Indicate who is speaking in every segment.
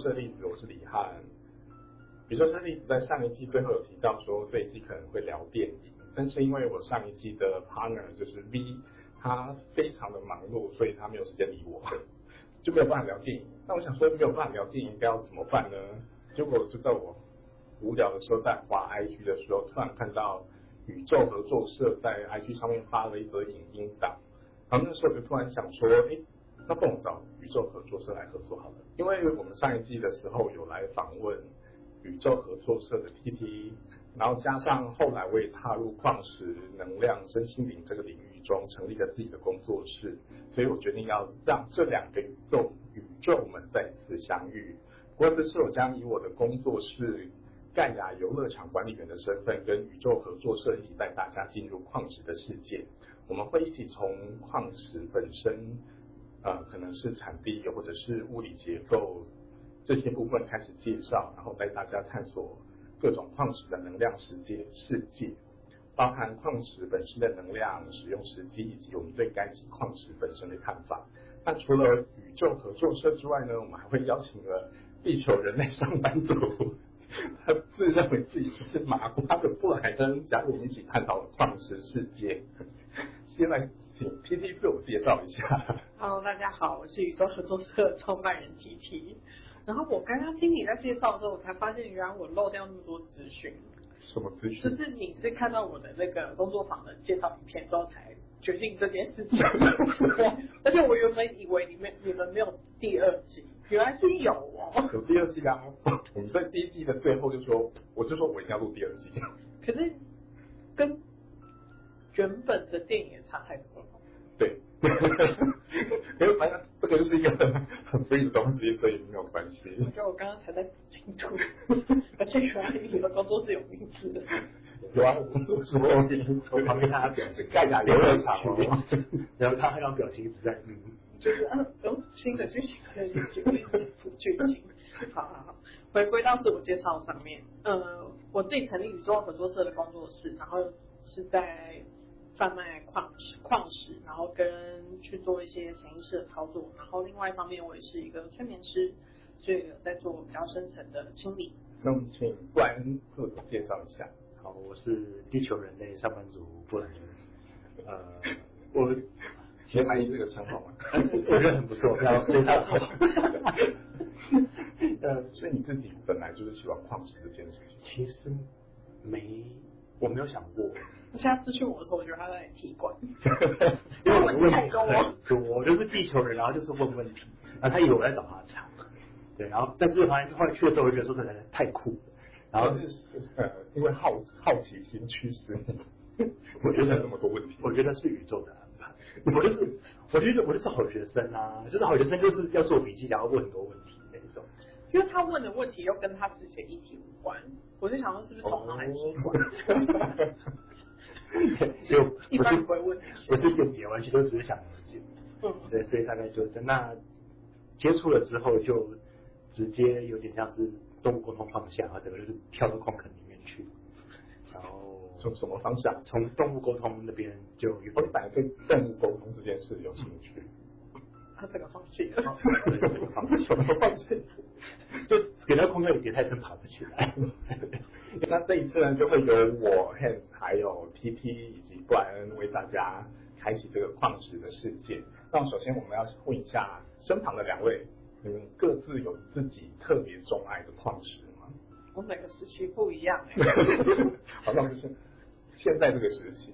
Speaker 1: 是例子，我是李翰。比如说，这例子在上一季最后有提到说，这一季可能会聊电影，但是因为我上一季的 partner 就是 V，他非常的忙碌，所以他没有时间理我，就没有办法聊电影。那我想说，没有办法聊电影该要怎么办呢？结果就在我无聊的时候，在滑 IG 的时候，突然看到宇宙合作社在 IG 上面发了一则影音档，然后那时候我就突然想说，诶，那不然我找宇宙合作社来合作好了，因为我们上一季的时候有来访问宇宙合作社的 TT，然后加上后来我也踏入矿石能量身心灵这个领域中，成立了自己的工作室，所以我决定要让这两个宇宙宇宙们再次相遇。不过这次我将以我的工作室盖亚游乐场管理员的身份，跟宇宙合作社一起带大家进入矿石的世界。我们会一起从矿石本身，呃，可能是产地或者是物理结构这些部分开始介绍，然后带大家探索各种矿石的能量世界世界，包含矿石本身的能量使用时机，以及我们对该级矿石本身的看法。那除了宇宙合作社之外呢，我们还会邀请了地球人类上班族， 他自认为自己是麻瓜的布莱恩，加入我们一起探讨矿石世界。先来请 PT 自我介绍一下。
Speaker 2: Hello，大家好，我是宇宙合作社的创办人 T T。然后我刚刚听你在介绍的时候，我才发现原来我漏掉那么多资讯，
Speaker 1: 什么资
Speaker 2: 就
Speaker 1: 讯？
Speaker 2: 是你是看到我的那个工作坊的介绍影片之后才决定这件事情。对，而且我原本以为你们你们没有第二集，原来是有哦。
Speaker 1: 有第二季啊！我们在第一季的最后就说，我就说我一定要录第二季。
Speaker 2: 可是跟原本的电影也差太多了。
Speaker 1: 对， 没有反正这个就是一个很很 free 的东西，所以没有关系。
Speaker 2: 我觉得我刚刚才在不清楚，而且原来你的工作是有名字的。
Speaker 1: 有啊，我们说我给你
Speaker 3: 我旁边看他表情，
Speaker 1: 盖亚游乐场哦，
Speaker 3: 然后他看到表情一直在嗯，
Speaker 2: 就是嗯，嗯，新的剧情可以进入剧情。 好好好，回归到自我介绍上面，呃，我自己成立宇宙合作社的工作室，然后是在贩卖矿石、矿石，然后跟去做一些潜意识的操作，然后另外一方面我也是一个催眠师，所以有在做比较深层的清理。
Speaker 1: 那我们请布莱恩自我介绍一下。
Speaker 3: 好，我是地球人类上班族布莱恩，呃，我
Speaker 1: 其实满意这个称号吗？
Speaker 3: 我觉得很不 错，然后非常 好，呃，
Speaker 1: 所以你自己本来就是喜欢矿石这件事 情。
Speaker 3: 其实没我没有想过，
Speaker 2: 现在私讯我的时候，我觉得他在踢馆，
Speaker 3: 因嗯为我的问题很多，我就是地球人，然后就是问问题，然后他以为我在找他茬，对，然后但是好像后来去的时候，我觉得说真的太酷了，然后
Speaker 1: 是呃，因为好好奇心驱使你，我觉得这么多问题。
Speaker 3: 我觉得是宇宙的安排。我就是，我觉得我就是好学生啊，就是好学生就是要做笔记，然后问很多问题那一种。
Speaker 2: 因为他问的问题又跟他自己的议题无关，我就想说是不是通常来
Speaker 3: 哦
Speaker 2: 踢馆？
Speaker 3: 所以我
Speaker 2: 一
Speaker 3: 我
Speaker 2: 般人不
Speaker 3: 是
Speaker 2: 会问这
Speaker 3: 我
Speaker 2: 些。
Speaker 3: 是辩解完全都只是想了解，
Speaker 2: 嗯，
Speaker 3: 对，所以大概就是这样那接触了之后就直接有点像是动物沟通放下，然后整个就是跳到矿坑里面去，然后啊
Speaker 1: 从什么方哦向？
Speaker 3: 从动物沟通那边就有
Speaker 1: 我
Speaker 3: 点
Speaker 1: 本来对动物沟通这件事有兴 趣，
Speaker 2: 他整个放弃了。
Speaker 1: 啊
Speaker 3: 对这个方向
Speaker 1: 什么方向？
Speaker 3: 就给到矿坑里叠太深爬不起 来。
Speaker 1: 那这一次呢，就会由我 Hans 还有 PT 以及布莱恩为大家开启这个矿石的世界。那首先我们要问一下身旁的两位，你们各自有自己特别钟爱的矿石吗？
Speaker 2: 我每个时期不一样哎、
Speaker 1: 好像就是现在这个时期，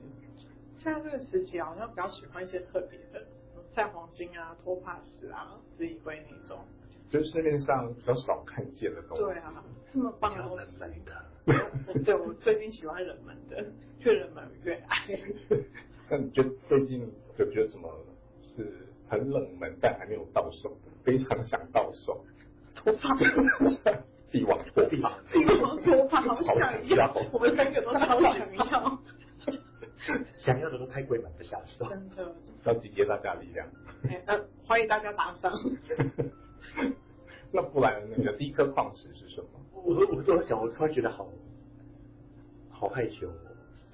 Speaker 2: 现在这个时期好像比较喜欢一些特别的，什么赛黄金啊、托帕斯啊、紫以龟那种。
Speaker 1: 就是市面上比较少看见的东西。
Speaker 2: 对啊，这么棒的东西。
Speaker 3: 的。
Speaker 2: 我对我最近喜欢冷门的，越冷门越爱。
Speaker 1: 那你觉得最近有觉得什么是很冷门但还没有到手的，非常想到手？
Speaker 2: 托帕斯，
Speaker 1: 帝王托
Speaker 3: 地
Speaker 1: 马，
Speaker 2: 你跟我托帕好想要，我们三个都好想要，
Speaker 3: 想要的都太贵，买不下手。
Speaker 2: 真的。
Speaker 1: 要集结大家力量。
Speaker 2: 哎、呃，欢迎大家打赏。
Speaker 1: 那不然你的第一颗矿石是什么？
Speaker 3: 我我我想，我突然觉得好好害羞、哦，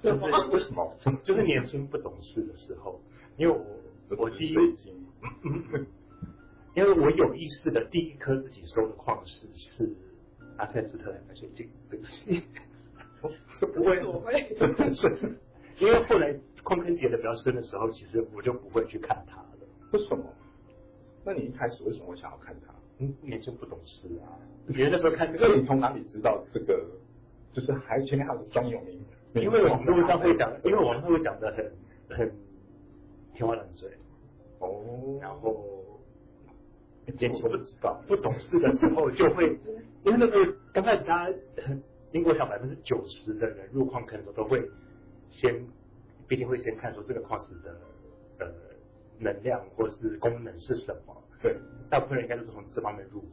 Speaker 2: 对
Speaker 3: 就是
Speaker 2: 吗
Speaker 1: 为什 么？
Speaker 3: 就是年轻不懂事的时候，因为我我第一
Speaker 1: 水晶，
Speaker 3: 因为我有意识的第一颗自己收的矿石是阿塞斯特海白水晶，对不起，
Speaker 1: 不会，
Speaker 2: 我会
Speaker 1: 是
Speaker 3: 因为后来矿坑跌的比较深的时候，其实我就不会去看它了。
Speaker 1: 为什么？那你一开始为什么会想要看它？
Speaker 3: 嗯，年轻不懂事啊，觉得那时候 看
Speaker 1: 可是你从哪里知道这个？就是还前面还有专有名词，
Speaker 3: 因为网络上会讲，因为网络上会讲的很很天花乱坠，
Speaker 1: 哦，
Speaker 3: 然后
Speaker 1: 年轻不知道，
Speaker 3: 不懂事的时候就会，因为那时候刚开始大家很英国想百分之九十的人入矿坑的时候都会先，毕竟会先看说这个矿石的呃能量或是功能是什么，
Speaker 1: 对，
Speaker 3: 大部分人应该都是从这方面入门，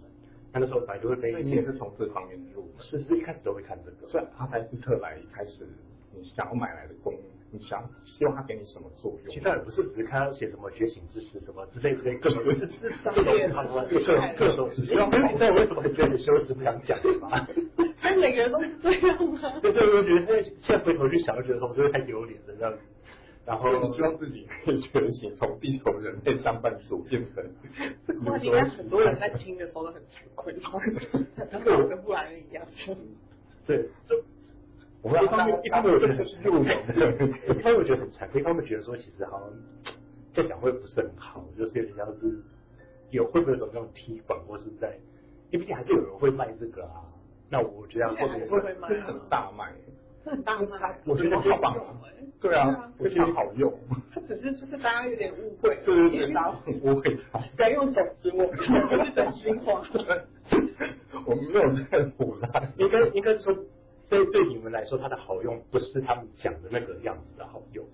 Speaker 3: 那那时候本来就会被
Speaker 1: 所以你也是从这方面入门。
Speaker 3: 是是一开始都会看这个，
Speaker 1: 所以阿塞斯特莱一开始你想要买来的功能，你想希望它给你什么作用？
Speaker 3: 其实倒也不是只是看他写什么觉醒知识什么之类之类 各种各种
Speaker 2: 商
Speaker 3: 各
Speaker 2: 业
Speaker 3: 种各种各种事情。
Speaker 1: 对
Speaker 3: 所以你知道为什么很觉得很羞耻不想讲吗？
Speaker 2: 但每个人都是这样吗？
Speaker 3: 就是我觉得现在现在回头去想，就觉得我真的太丢脸了这样子。然后
Speaker 1: 所以你希望自己可以觉醒，从地球人类上班族变成
Speaker 2: 这个话题应该很多人在听的时候都很惭愧，但是我跟布莱恩一样，
Speaker 3: 对，就
Speaker 1: 我
Speaker 3: 一方 面一方面我觉得很
Speaker 1: 入门，
Speaker 3: 一方面我觉得很惭愧，一方面觉得说其实好像这样讲会不是很好，就是有点像是有会不会有种那种踢馆或是在，因为毕竟还是有人会卖这个啊。那我觉得要做
Speaker 2: 还是
Speaker 1: 这
Speaker 2: 会卖
Speaker 1: 个很大卖，
Speaker 2: 那很大吗？
Speaker 3: 我觉得
Speaker 1: 好棒
Speaker 2: 用哎
Speaker 1: 对啊，我
Speaker 3: 对啊
Speaker 1: 觉得好用，
Speaker 2: 他只是就是大家有点误会，
Speaker 1: 对
Speaker 3: 啊
Speaker 1: 对对，大家很误会它。
Speaker 2: 不要用手指 我，这是真心话。
Speaker 1: 我们没有在胡乱，
Speaker 3: 应该应该是说，对对你们来说，它的好用不是他们讲的那个样子的好用，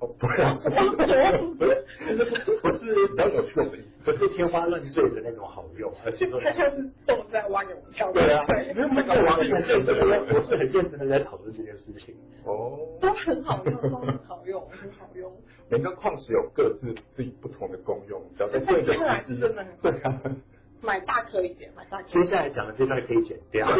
Speaker 1: 哦不 要说，
Speaker 3: 不是不是
Speaker 1: 比较有趣的意思。
Speaker 3: 不是天花乱坠的那种好用，而是说
Speaker 2: 他就是都在挖给我们跳，
Speaker 3: 对啊，
Speaker 2: 对
Speaker 3: 没有没有，我是很认真的在，我是很认真的在讨论这件事情。
Speaker 1: 哦，
Speaker 2: 都很好用，都很好用，很好用。
Speaker 1: 每个矿石有各自自己不同的功用，只要在对的
Speaker 2: 看来
Speaker 1: 时
Speaker 2: 是
Speaker 1: 机，
Speaker 2: 真的很
Speaker 1: 对啊，
Speaker 2: 买大颗一点，买大颗
Speaker 3: 接。下来讲的这段可以剪掉。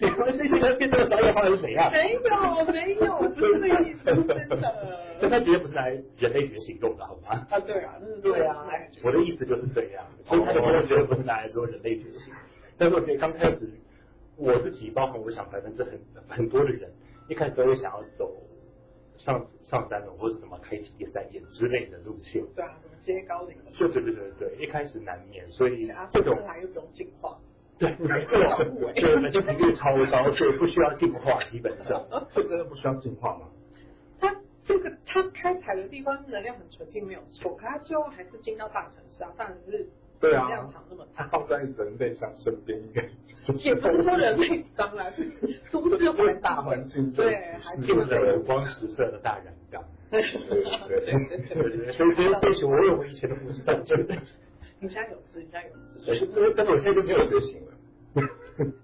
Speaker 3: 你们这些变成了商业化是怎 样？
Speaker 2: 没有，没有，不是这个意思，真
Speaker 3: 这
Speaker 2: 的。
Speaker 3: 它绝对不是来人类觉醒用的，好吗？
Speaker 2: 啊，对啊，那是来
Speaker 3: 我的意思就是这样，所以它的功能绝对不是拿来说人类觉醒。但是我觉得刚开始我自己，包含我想百分之很很多的人，一开始都会想要走上上三楼或者什么开启第三眼之类的路线。
Speaker 2: 对啊，什么接高龄的，
Speaker 3: 对对对对对，一开始难免，所以
Speaker 2: 啊，
Speaker 3: 这
Speaker 2: 这
Speaker 3: 种
Speaker 2: 种来又不用进化，
Speaker 3: 对没错，对本身频率超高，所以不需要进化，基本上。
Speaker 1: 这真的不需要进化吗？
Speaker 2: 它这个它开采的地方能量很纯净，没有错，可它最后还是进到大城市啊，大城市
Speaker 1: 对啊
Speaker 2: 能量场那么
Speaker 1: 它
Speaker 2: 大，
Speaker 1: 放在人类上身边应该
Speaker 2: 也不是说人类脏了，是都市又蛮大的，
Speaker 1: 环境
Speaker 2: 对，还
Speaker 1: 还
Speaker 2: 是
Speaker 3: 进了五光十色的大染缸，
Speaker 1: 对
Speaker 3: 对对对，所以这些对我有我以前的故事，
Speaker 2: 你现在有吃，你现在有吃，
Speaker 3: 但是但是我现在就没有觉醒了。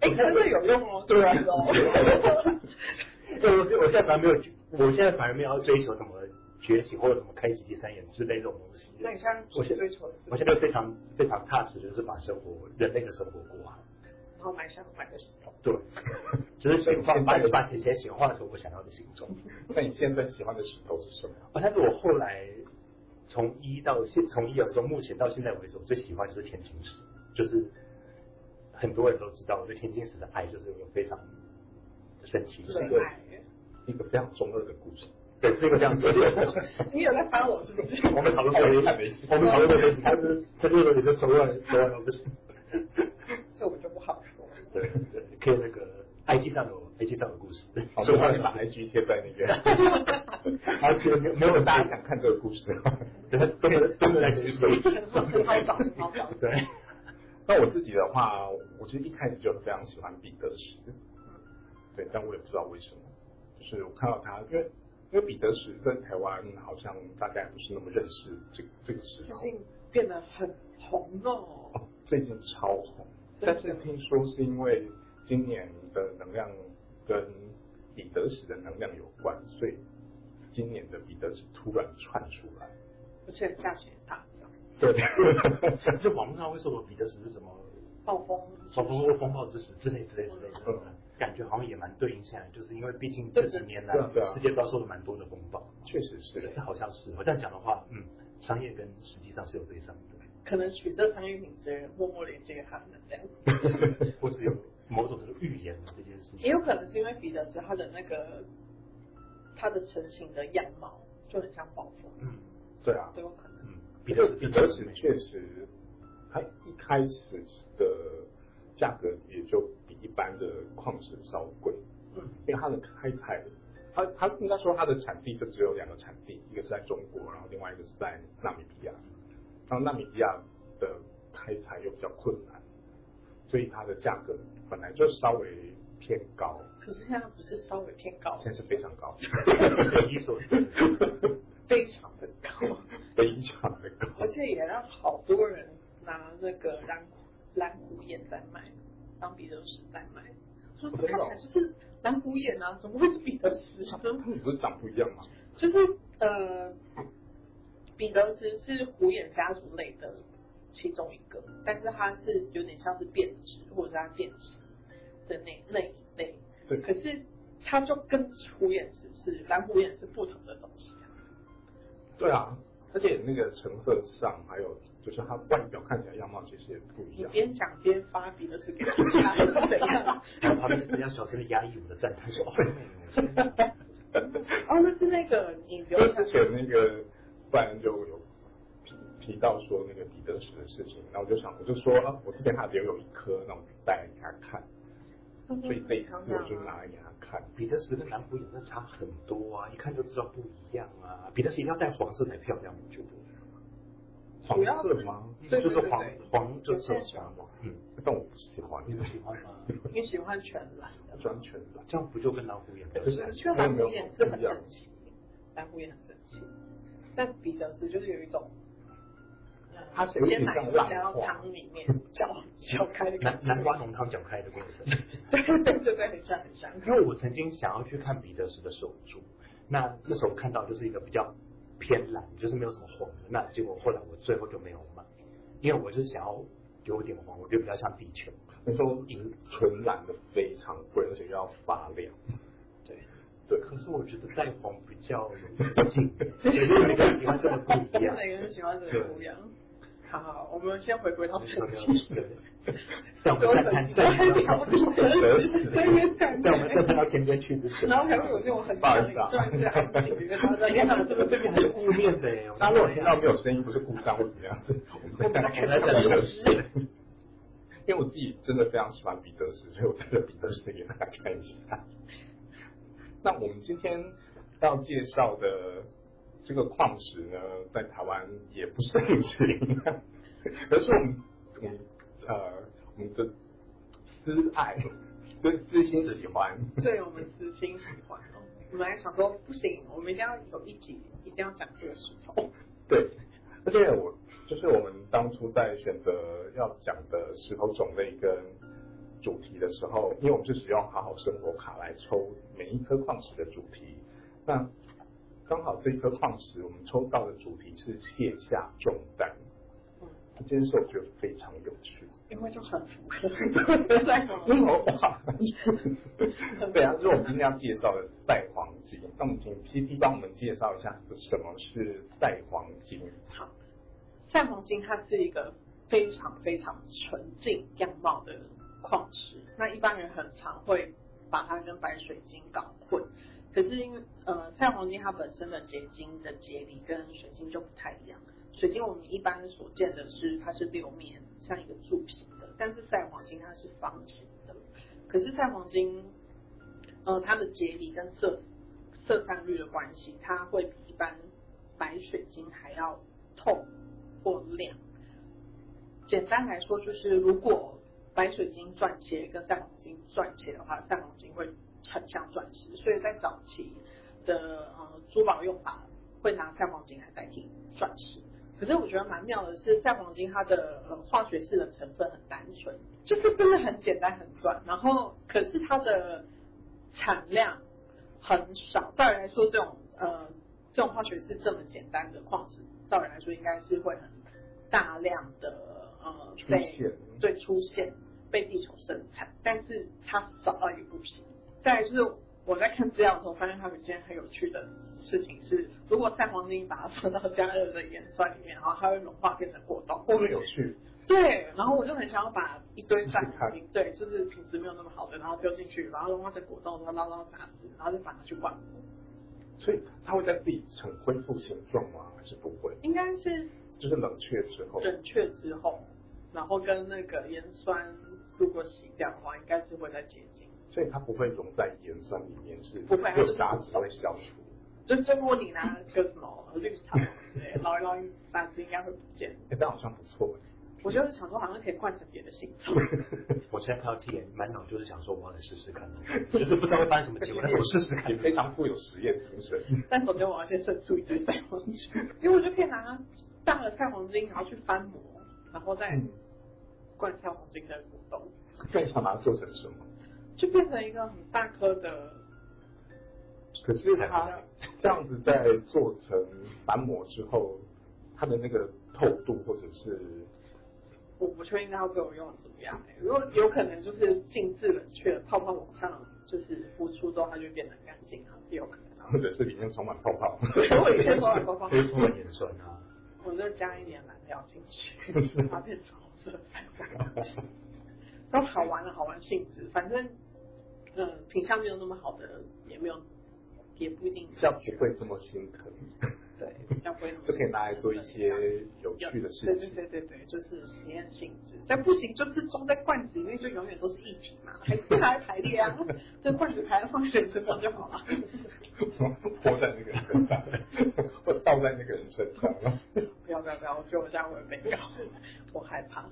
Speaker 2: 哎，真的有用哦，
Speaker 1: 对啊
Speaker 2: 是哦，
Speaker 3: 对，我我现在反而没有，我现在反而没有要追求什么觉醒或者什么开启第三眼之类这种东西。
Speaker 2: 那你现在
Speaker 3: 我现
Speaker 2: 追求的
Speaker 3: 我
Speaker 2: 是，
Speaker 3: 现在非常非常踏实，就是把生活人类的生活过好。
Speaker 2: 然后买想买的石头，
Speaker 3: 对，就是显化，把把钱钱显化成我想要的形状。
Speaker 1: 那你现在喜欢的石头是什么？
Speaker 3: 哦，但是我后来从一到现，从一而终，目前到现在为止，我最喜欢就是天津石，就是很多人都知道，我对天津石的爱就是有非常神奇的。
Speaker 2: 热爱。
Speaker 1: 一个非常中二的故事。
Speaker 3: 对，是一个这样子。
Speaker 2: 你有在翻我是不是？
Speaker 3: 我们讨论过这个，我们讨论过这个，他是他这个你就走了，走了不是？
Speaker 2: 这我就不好说。
Speaker 3: 对对，可以那个 IG 上有 IG 上有故事，
Speaker 1: 好，所以你 把 IG 贴在那个，
Speaker 3: 而且没有没
Speaker 1: 如果
Speaker 3: 有
Speaker 1: 大
Speaker 3: 大
Speaker 1: 家
Speaker 3: 家
Speaker 1: 想看这个故事的话，
Speaker 3: 对，真的真的在学习。
Speaker 2: 很好，很好找，很好找。
Speaker 3: 对，
Speaker 1: 那我自己的话，我其实一开始就非常喜欢彼得石，对，但我也不知道为什么，就是我看到它，因为因为彼得石在台湾好像大家也不是那么认识这这个石
Speaker 2: 最
Speaker 1: 头，
Speaker 2: 近变得很红哦，
Speaker 1: 哦，最近超红，
Speaker 2: 真的
Speaker 1: 但是听说是因为今年的能量跟彼得石的能量有关，所以今年的彼得石突然窜出来。
Speaker 2: 而且价钱也大涨，
Speaker 1: 对，
Speaker 3: 就网络上会说我彼得石是什么
Speaker 2: 暴风
Speaker 3: 狂风或风暴之时之类之类之类的，感觉好像也蛮对应下来，就是因为毕竟这几年来
Speaker 1: 对啊对啊
Speaker 3: 世界遭受了蛮多的风暴，
Speaker 1: 确实是
Speaker 3: 这。好像是。我这样讲的话，嗯，商业跟实际上是有对上的。
Speaker 2: 可能取得商业品质的人默默连接给他的能量，
Speaker 3: 或是有某种程度预言了这件事情。
Speaker 2: 也有可能是因为彼得是他的那个他的成型的样貌就很像暴风，
Speaker 3: 嗯
Speaker 1: 对啊，
Speaker 2: 都有可能。
Speaker 3: 嗯，
Speaker 1: 彼
Speaker 3: 彼得
Speaker 1: 得
Speaker 3: 是
Speaker 1: 彼得史确实，它一开始的价格也就比一般的矿石稍贵，
Speaker 2: 嗯，
Speaker 1: 因为它的开采，它它应该说它的产地就只有两个产地，一个是在中国，然后另外一个是在纳米比亚，然后纳米比亚的开采又比较困难，所以它的价格本来就稍微偏高，
Speaker 2: 可是现在不是稍微偏高，
Speaker 1: 现在是非常高，
Speaker 3: 匪夷所思，
Speaker 2: 非常的高，
Speaker 3: 嗯
Speaker 1: 非常的高，
Speaker 2: 而且也让好多人拿那个蓝蓝虎眼在卖，当彼得石在卖，说这看起来就是蓝虎眼啊，怎么会是彼得石呢？
Speaker 1: 他们不是长不一样吗？
Speaker 2: 就是呃，彼得其实是虎眼家族类的其中一个，但是它是有点像是变质或者它变质的那那一类。
Speaker 1: 对
Speaker 2: 可是它就跟虎眼石是蓝虎眼是不同的东西啊、
Speaker 1: 对啊，而且那个成色上，还有就是它外表看起来样貌其实也不一
Speaker 2: 你
Speaker 1: 样。
Speaker 2: 边讲边发彼得是给人家是怎样？
Speaker 3: 然后旁边是这样小声的压抑我的赞叹，说：“哦，
Speaker 2: 哦，那是那个你留
Speaker 1: 因为
Speaker 2: 下
Speaker 1: 之前那个怪人就有提提到说那个彼得石的事情，然后我就想，我就说啊，我这边还留有一颗，那我就带来给他看，
Speaker 2: 嗯
Speaker 1: 所以这一颗我就拿来给他看。
Speaker 3: 彼得石跟蓝湖眼那差很多啊，一看就知道不一样啊。彼得石一定要戴黄色才漂亮，我觉得，
Speaker 1: 黄色吗？
Speaker 2: 对
Speaker 3: 就是
Speaker 2: 对对
Speaker 3: 黄
Speaker 2: 对
Speaker 3: 黄就
Speaker 2: 有些
Speaker 3: 是
Speaker 2: 人喜
Speaker 3: 黄
Speaker 2: 欢
Speaker 3: 嘛，嗯，
Speaker 1: 但我不喜欢，
Speaker 3: 你不喜欢吗？
Speaker 2: 你喜欢全蓝的
Speaker 1: 我喜欢全蓝。
Speaker 3: 这样不就跟蓝湖眼比较
Speaker 1: 可是
Speaker 2: 我？觉得
Speaker 3: 像
Speaker 2: 蓝湖眼是很整齐，蓝湖眼很整齐，但彼得斯就是有一种，呃
Speaker 1: 它是有点
Speaker 2: 鲜奶
Speaker 1: 像
Speaker 2: 油
Speaker 1: 浪
Speaker 2: 加到
Speaker 1: 花
Speaker 2: 汤里面搅搅开的
Speaker 3: 南
Speaker 2: 感觉，
Speaker 3: 南瓜浓汤搅开的过程。
Speaker 2: 对对对对，很像很像。
Speaker 3: 因为我曾经想要去看彼得石的手珠，那那时候看到就是一个比较偏蓝，就是没有什么黄的。那结果后来我最后就没有买，因为我就是想要有点黄，我觉得比较像地球。
Speaker 1: 你说银纯蓝的非常贵，而且又要发亮。
Speaker 2: 对，
Speaker 1: 对，
Speaker 3: 可是我觉得带黄比较有劲， 所以我比较喜欢这么不一 样。
Speaker 2: 每个人喜欢这个不一样。好好，我们先回归到正题。
Speaker 3: 对，在我们再谈再
Speaker 2: 还
Speaker 3: 谈
Speaker 2: 聊
Speaker 3: 到
Speaker 2: 彼得斯，在那边讲
Speaker 3: 在我们再谈到前边去之前，
Speaker 2: 然后还会有那种很像的一段在安静的一个他在
Speaker 3: 天哪，这个这边还是雾面的耶！
Speaker 1: 大家如果听到没有声音，不是故障或啊怎么样，是我们在
Speaker 3: 啊我
Speaker 1: 讲
Speaker 3: 们在讲
Speaker 1: 彼得石。 因为我自己真的非常喜欢彼得石，所以我带着彼得石给大家看一下。 那我们今天要介绍的这个矿石呢，在台湾也不盛行，啊 可是我们我们呃我们的私爱跟私心喜欢，
Speaker 2: 对我们私心喜欢哦。我们还想说不行，我们一定要有一集一定要讲这个石头。
Speaker 1: 对，而且我就是我们当初在选择要讲的石头种类跟主题的时候，因为我们是使用好好生活卡来抽每一颗矿石的主题，那刚好这一颗矿石我们抽到的主题是卸下重担，
Speaker 2: 嗯，哦
Speaker 1: 这件事我觉得非常有趣。
Speaker 2: 因为就很符合在我 们
Speaker 1: 哇，对啊，这是我们今天要介绍的带黄金。那我们请 P D 帮我们介绍一下什么是带黄金。
Speaker 2: 好，赛黄金它是一个非常非常纯净样貌的矿石，那一般人很常会把它跟白水晶搞混。可是因为呃，赛黄金它本身的结晶的结离跟水晶就不太一样。水晶我们一般所见的是它是六面，像一个柱形的，但是赛黄金它是方形的。可是赛黄金，呃，它的结离跟色色散率的关系，它会比一般白水晶还要透或亮。简单来说，就是如果白水晶钻切跟赛黄金钻切的话，赛黄金会很像钻石，所以在早期的呃珠宝用法会拿赛黄金来代替钻石。可是我觉得蛮妙的是，赛黄金它的呃化学式的成分很单纯，就是真的很简单很短，然后可是它的产量很少。道理来说，这种呃这种化学式这么简单的矿石，道理来说应该是会很大量的呃
Speaker 1: 出
Speaker 2: 被
Speaker 1: 现
Speaker 2: 对出现被地球生产，但是它少到一个不行。再来就是我在看资料的时候发现它有一件很有趣的事情是，如果晒黄金把它放到加热的盐酸里面，然后它会融化变成果冻。
Speaker 1: 这么哦有趣，
Speaker 2: 对，然后我就很想要把一堆晒黄金，对，就是品质没有那么好的，然后丢进去，然后融化成果冻，然后捞捞杂质，然后就把它去灌火。
Speaker 1: 所以它会在地层恢复形状吗？还是不会？
Speaker 2: 应该是
Speaker 1: 就是冷却之后，
Speaker 2: 冷却之后，然后跟那个盐酸如果洗掉的话，应该是会再结晶。
Speaker 1: 所以它不会溶在盐酸里面，是
Speaker 2: 不会它就是
Speaker 1: 有杂质会消除。
Speaker 2: 就就如果你拿个什么绿茶之类的捞一捞，杂质应该会不见。
Speaker 1: 哎、那好像不 错
Speaker 2: 我就是想说，好像可以换成别的形状。
Speaker 3: 我现在看到 T 眼，满脑就是想说我要来试试看，就是不知道会发生什么结 果，但是我试试看
Speaker 1: 也。非常富有实验精神。
Speaker 2: 但首先我要先慎注一堆晒黄金，因为我就可以拿大的晒黄金，然后去翻模，然后再
Speaker 1: 嗯，
Speaker 2: 灌晒黄金的果冻，
Speaker 1: 更想把它做成什么？
Speaker 2: 就变成一个很大颗的。
Speaker 1: 可是它这样子在做成翻模之后，它的那个透度或者是
Speaker 2: 我不确定它会给我用得怎么样、欸，如果有可能就是静置冷却，泡泡往上就是浮出之后，它就变得很干净啊，也有可能啊。
Speaker 1: 或者是里面充满泡 泡，
Speaker 2: 我以前说的泡泡
Speaker 3: 可，以充满盐酸啊，
Speaker 2: 我就加一点蓝料进去，把它变成红色的。都好玩的好玩性质，反正嗯，品相没有那么好的，也没有，也不一定
Speaker 1: 这样不会这么心疼，
Speaker 2: 对，这样不会那么
Speaker 1: 就可以拿来做一些有趣的事情。
Speaker 2: 对对对对对，就是实验性质。但不行，就是装在罐子里面，就永远都是一体嘛，还是拿来排 列啊？这罐子排在放水池上就好了。
Speaker 1: 泼在那个人身上，或倒在那个人身上，
Speaker 2: 不要不要不要，我觉得我这样会被告，我害怕。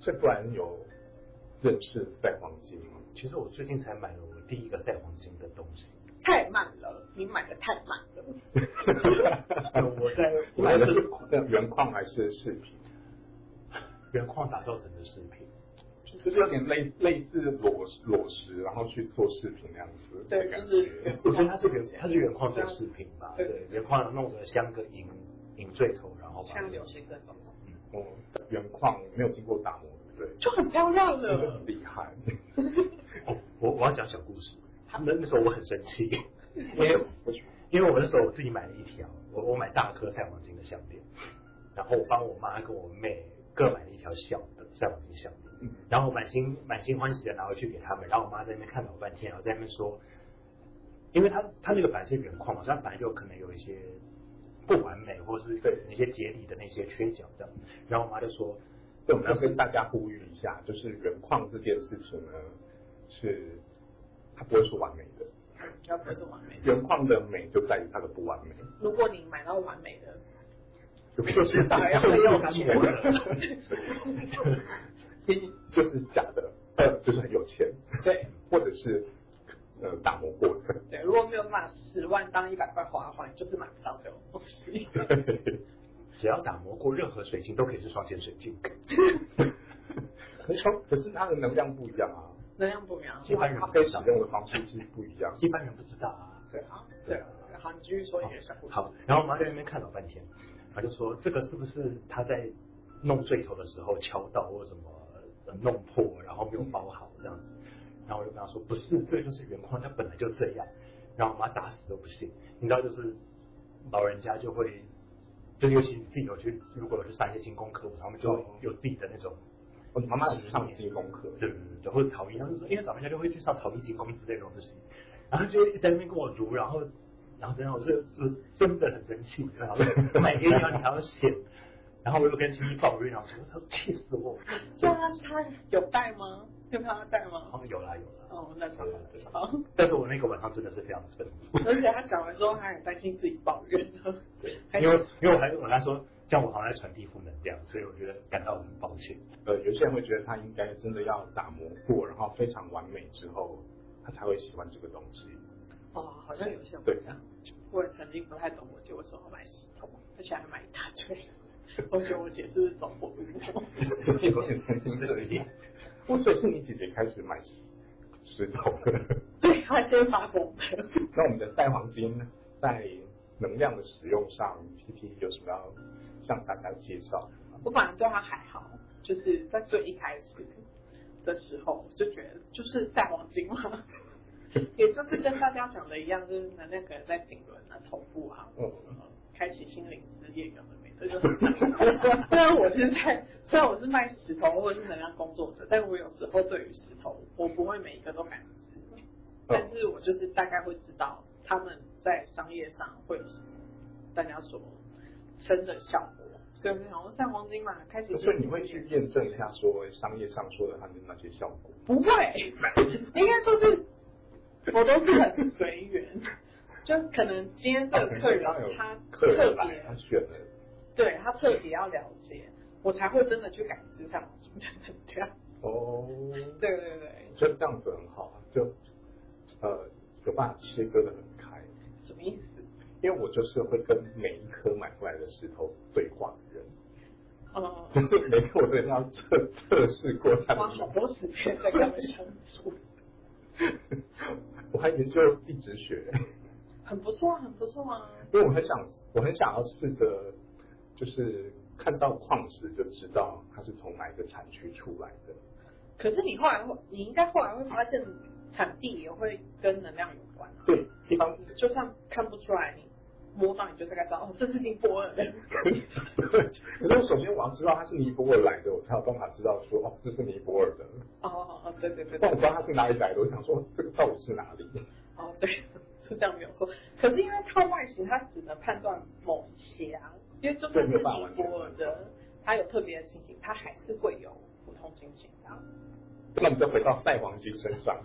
Speaker 1: 所以不然有认识赛黄金吗？
Speaker 3: 其实我最近才买了我第一个晒黄金的东西，
Speaker 2: 太慢了，你买的太慢了。
Speaker 3: 我在
Speaker 1: 买的是原矿还是饰品？
Speaker 3: 原矿打造成的饰品，
Speaker 1: 就是有点类类似裸裸石，然后去做饰品那样子的
Speaker 2: 对，
Speaker 1: 感觉。
Speaker 2: 就是
Speaker 3: 我觉得它是原它是原矿做饰品吧，对，原矿弄个镶个银银坠头，然后把
Speaker 2: 现在
Speaker 3: 它
Speaker 2: 流行这种，
Speaker 1: 哦，原矿没有经过打磨，对不对？
Speaker 2: 就很漂亮
Speaker 1: 这个
Speaker 2: 了。
Speaker 1: 很厉害，
Speaker 3: 哦，我我要讲小故事。那那时候我很生气，因为
Speaker 1: 我去
Speaker 3: 因为我那时候我自己买了一条，我我买大颗赛黄金的项链，然后我帮我妈跟我妹各买了一条小的赛黄金项链
Speaker 1: 嗯，
Speaker 3: 然后我满心满心欢喜的拿回去给他们，然后我妈在那边看老半天，然后在那边说，因为它它那个本来是原矿嘛，所以它本来就可能有一些不完美或是
Speaker 1: 对
Speaker 3: 那些结底的那些缺角这样，然后我妈就说，
Speaker 1: 对，我们要跟大家呼吁一下，就是原矿这件事情呢，是它不会是完美的。
Speaker 2: 要不是完美的，
Speaker 1: 原矿的美就在于它的不完美，
Speaker 2: 如果你买到完美的，
Speaker 1: 就是
Speaker 3: 大家
Speaker 1: 就是
Speaker 3: 要干我的，
Speaker 1: 一就是假的，二就是很有钱，
Speaker 2: 对
Speaker 1: 或者是呃打磨过的。
Speaker 2: 对，如果没有把十万当一百块花的话，你就是买不到这种东 西。
Speaker 3: 只要打磨过任何水晶都可以是双钱水晶。
Speaker 1: 可是它可是它的能量不一样啊，
Speaker 2: 能量不一样，
Speaker 3: 一般人
Speaker 1: 它被使用的方式是不一样。
Speaker 3: 一般人不知道啊。
Speaker 2: 对啊，对啊。好，你继续说你的小故事。
Speaker 3: 好，然后我妈在那边看老半天，她就说这个是不是她在弄坠头的时候敲到或者什么呃弄破，然后没有包好这样子。然后我就跟她说不是，这就是原矿，它本来就这样。然后我妈打死都不信，你知道就是老人家就会，就是尤其你自己有去，如果有去上一些精工课，我他们就会有自己的那种
Speaker 1: 我妈妈有上精工课，
Speaker 3: 对对对，或者陶艺，他就说，因为早上家就会去上陶艺精工之类的东西，然后就一直在那边跟我读，然后然后真的我就我真的很生气，然后我买给你，然后你还要写，然后我又跟亲戚抱怨，然后我说气死我，
Speaker 2: 对啊，他有带吗？有看他带
Speaker 3: 然
Speaker 2: 吗？
Speaker 3: 后有啦有啦，
Speaker 2: 哦，那当然好。
Speaker 3: 但是我那个晚上真的是非常愤怒，
Speaker 2: 而且他讲完之后，他很担心自己抱怨，
Speaker 3: 对，
Speaker 2: 还
Speaker 3: 因为因为我还我跟他说，这样我好像在传递负能量，所以我觉得感到很抱歉，
Speaker 1: 呃，有些人会觉得他应该真的要打磨过，然后非常完美之后，他才会喜欢这个东西。
Speaker 2: 哦，好像有些人会这样。我也曾经不太懂我姐为什么要买石头，而且还买一大堆。我觉得我姐是不是走火入魔？
Speaker 1: 所以我也曾经这样。我所以是你姐姐开始买石石头的。
Speaker 2: 对，她先发疯的。
Speaker 1: 那我们的赛黄金在能量的使用上，P P 有什么要向大家介绍？
Speaker 2: 我本来对他还好，就是在最一开始的时候，我就觉得就是赛黄金嘛，也就是跟大家讲的一样，就是能量可能在顶轮啊、头部啊，
Speaker 1: 嗯
Speaker 2: 开启心灵之夜，有的没的，就是 虽然我是在虽然我是卖石头或者是能量工作者，但我有时候对于石头，我不会每一个都感知，但是我就是大概会知道他们在商业上会有什么大家所生的效果。所以我就想说，上黄金嘛，开启心
Speaker 1: 所以
Speaker 2: 灵
Speaker 1: 你会
Speaker 2: 之夜
Speaker 1: 去验证一下说商业上说的他们那些效果。
Speaker 2: 不会， 应该说是我都是很随 缘，就可能今天这个客人
Speaker 1: 啊可能刚刚有
Speaker 2: 他
Speaker 1: 客
Speaker 2: 特
Speaker 1: 人来，啊
Speaker 2: 别
Speaker 1: 他选了，
Speaker 2: 对他特别要了解，我才会真的去感知他们的能量。
Speaker 1: 哦，
Speaker 2: 对对对，
Speaker 1: 我觉得这样子很好啊，就呃有办法切割的很开，
Speaker 2: 什么意思？
Speaker 1: 因为我就是会跟每一颗买回来的石头对话的人。
Speaker 2: 嗯，
Speaker 1: 就是每个我都要测测试过它
Speaker 2: 花
Speaker 1: 的
Speaker 2: 好多时间在跟他们相处，
Speaker 1: 我还研究地质学，
Speaker 2: 很不错，很不错啊。
Speaker 1: 因为我很想，我很想要试着，就是看到矿石就知道它是从哪一个产区出来的。
Speaker 2: 可是你后来会，你应该后来会发现，产地也会跟能量有关啊。
Speaker 1: 对，地方
Speaker 2: 就算看不出来，你摸到你就大概知道，哦，这是尼泊尔 的。
Speaker 1: 可是我首先我要知道它是尼泊尔来的，我才有办法知道说哦，这是尼泊尔的。
Speaker 2: 哦哦哦，对对对
Speaker 1: 但
Speaker 2: 对
Speaker 1: 我不，知道它是哪里来的，我想说这个到底是哪里？
Speaker 2: 哦对，是这样没有错。可是因为靠外形，它只能判断某一些啊，因为就算是尼泊尔的，它有特别的情形，它还是会有普通情形的啊。
Speaker 1: 那我们再回到赛黄金身上，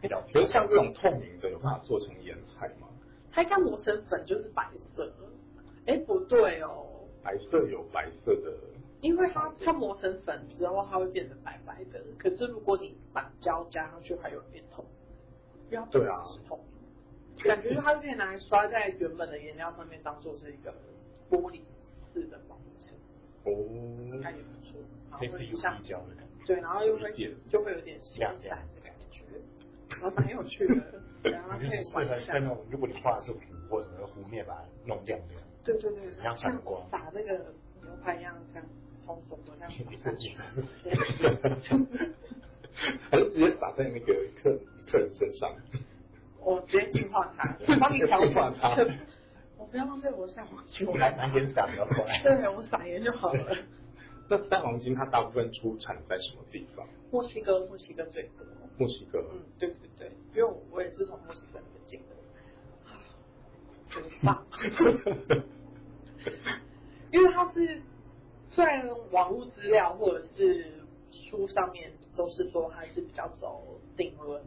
Speaker 1: 比如像这种透明的，有办法做成岩彩吗？
Speaker 2: 它应该磨成粉就是白色，哎不对哦，
Speaker 1: 白色有白色的，
Speaker 2: 因为它它磨成粉之后，它会变成白白的。可是如果你把胶加上去，它有点痛，因为它不
Speaker 1: 对啊
Speaker 2: 是痛，感觉它可以拿来刷在原本的颜料上面，当做是一个玻璃似的保护层，
Speaker 1: 哦，
Speaker 2: 它也不错。然
Speaker 3: 类
Speaker 2: 后
Speaker 3: 似
Speaker 2: 会
Speaker 3: 有
Speaker 2: 像
Speaker 3: 比较的感觉。
Speaker 2: 对，然后又会
Speaker 1: 有一点
Speaker 2: 就会有点闪散的感觉，然后蛮有趣的。然后
Speaker 3: 我
Speaker 2: 可
Speaker 3: 觉得
Speaker 2: 以
Speaker 3: 适
Speaker 2: 玩
Speaker 3: 合
Speaker 2: 一下
Speaker 3: 在，那种，如果你画的是湖或者湖面，把它弄亮这样，
Speaker 2: 对对对，
Speaker 3: 像闪
Speaker 2: 像
Speaker 3: 光
Speaker 2: 撒那个牛排一样，这样从手肘这样
Speaker 3: 挺
Speaker 2: 撒
Speaker 3: 设
Speaker 2: 下
Speaker 3: 计
Speaker 2: 去。
Speaker 3: 的。
Speaker 1: 还是直接打在那个客客人身上，
Speaker 2: 我直接净化它，帮你调
Speaker 1: 净化它
Speaker 2: 整。 我不要浪费我下黄金，
Speaker 3: 我还 蛮严长的，后来
Speaker 2: 对我撒盐就好了。
Speaker 1: 那蛋黄金它大部分出产在什么地方？
Speaker 2: 墨西哥，墨西哥最多。
Speaker 1: 墨西哥。
Speaker 2: 嗯，对对对，因为我我也是从墨西哥那边进的，很棒。因为它是虽然网络资料或者是书上面都是说它是比较走顶轮、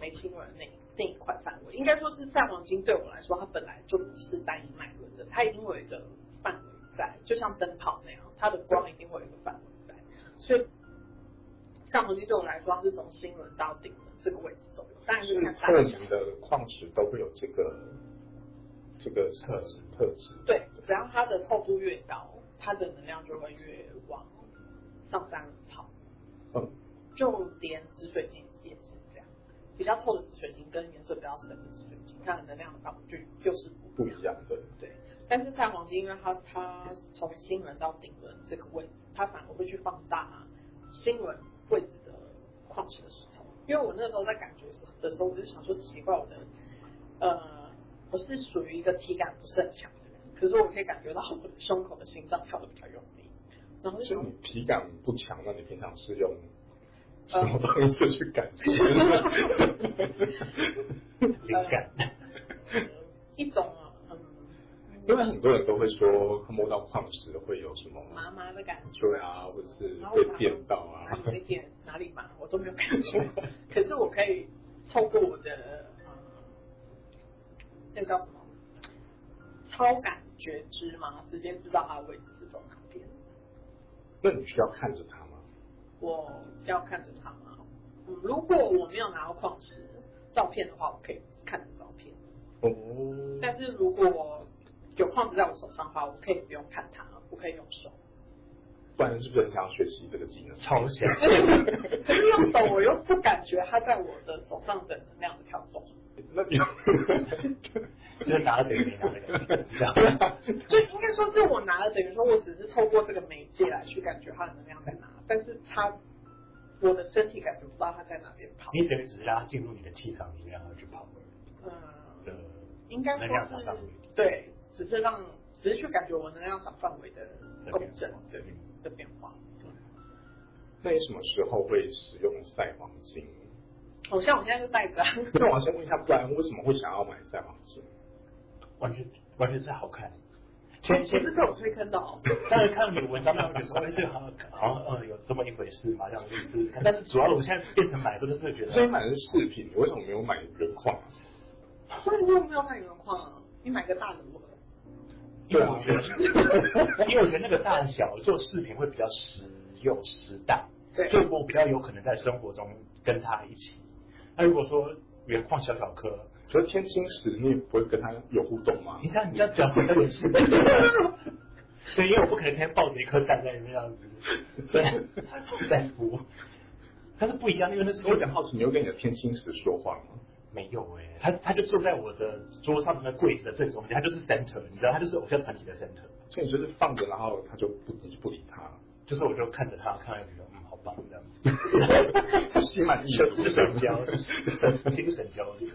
Speaker 2: 眉心轮那那一块范围，应该说是赛黄金对我来说，它本来就不是单一脉轮的，它一定会有一个范围在，就像灯泡那样，它的光一定会有一个范围在，所以。赛黄金对我来说，它是从心轮到顶轮这个位置走的，当然
Speaker 1: 就是是
Speaker 2: 看大
Speaker 1: 透
Speaker 2: 小。
Speaker 1: 明的矿石都会有这个这个特质特质。
Speaker 2: 对，只要它的透度越高，它的能量就会越往上山跑。
Speaker 1: 嗯，
Speaker 2: 就连紫水晶也是这样，比较透的紫水晶跟颜色比较深的紫水晶，它的能量的范围就又是不
Speaker 1: 不
Speaker 2: 一
Speaker 1: 一
Speaker 2: 样。
Speaker 1: 样的。
Speaker 2: 对，但是赛黄金，因为它它从心轮到顶轮这个位置，它反而会去放大心轮位置的矿石的石头。因为我那时候在感觉的时候，我就想说奇怪，我的呃，我是属于一个体感不是很强的人，可是我可以感觉到我的胸口的心脏跳的比较用力，然后就
Speaker 1: 所
Speaker 2: 想
Speaker 1: 以
Speaker 2: 说
Speaker 1: 你体感不强，那你平常是用什么方式去感知？
Speaker 3: 灵感，
Speaker 2: 呃一种嗯
Speaker 1: 因为很多人都会说摸到矿石会有什么
Speaker 2: 麻麻的感觉。
Speaker 1: 对啊，或者是被电到啊
Speaker 2: 哪。里被电，哪里麻，我都没有感 觉。可是我可以透过我的，呃那叫什么，超感觉知嘛，直接知道它的位置是走哪边。
Speaker 1: 那你需要看着它吗？
Speaker 2: 我要看着它吗？嗯，如果我没有拿到矿石照片的话，我可以看着照片。
Speaker 1: 哦，
Speaker 2: 但是如果有矿石在我手上的话，我可以不用看它，我可以用手。
Speaker 1: 不然是不是很想要学习这个技能？
Speaker 3: 超想。
Speaker 2: 可是用手我又不感觉它在我的手上的能量的跳动。
Speaker 1: 那你
Speaker 3: 就是拿了等于没拿的感觉， 是这样。
Speaker 2: 就应该说是我拿了，等于说我只是透过这个媒介来去感觉它的能量在哪，但是它我的身体感觉不到它在哪边跑。
Speaker 3: 你等于只是让它进入你的气场里面，让它去跑
Speaker 2: 嗯，
Speaker 3: 的
Speaker 2: 应该
Speaker 3: 能
Speaker 2: 说
Speaker 3: 量
Speaker 2: 是
Speaker 3: 场上面。
Speaker 2: 对，只是让只是去感觉我能量场范围的
Speaker 3: 的
Speaker 2: 共
Speaker 3: 变化
Speaker 2: 振
Speaker 3: 对
Speaker 2: 的变化。嗯
Speaker 1: 那你什么时候会使用赛黄金？
Speaker 2: 好哦像我现在就带着、啊，
Speaker 1: 那我先问一下，不然为什么会想要买赛黄金？
Speaker 3: 完全完全是好看。
Speaker 2: 我
Speaker 3: 先
Speaker 2: 是
Speaker 3: 先
Speaker 2: 被我推坑的 哦。
Speaker 3: 当然看到你的文章，那我就说，哎，这个好像好像呃有这么一回事嘛，这样就是。但是主要我现在变成买，真的是觉
Speaker 1: 所以
Speaker 3: 得
Speaker 1: 买的是饰品，你为什么没有买原矿？
Speaker 2: 所以你有没有看原矿啊？你买个大的我。
Speaker 3: 因为我觉得，因为我觉得那个大小做饰品会比较实用实当，
Speaker 2: 对
Speaker 3: 所以我比较有可能在生活中跟它一起。那如果说原矿小小颗，
Speaker 1: 可是天青石，你也不会跟他有互动吗
Speaker 3: 你？这样你这样讲好像也是，对，因为我不可能天天抱着一颗蛋在里面这样子，对，在孵。但是不一样，因为那是
Speaker 1: 我想好奇，你又跟你的天青石说话吗？
Speaker 3: 没有哎、他他就坐在我的桌上的那柜子的正中间，他就是 center，你知道，他就是偶像团体的 center，
Speaker 1: 所以你就是放着，然后他就不，你就不理他了。
Speaker 3: 就是我就看着他，看着觉得嗯好棒这样子，
Speaker 1: 心满意足，
Speaker 3: 是神交，是神精神交流。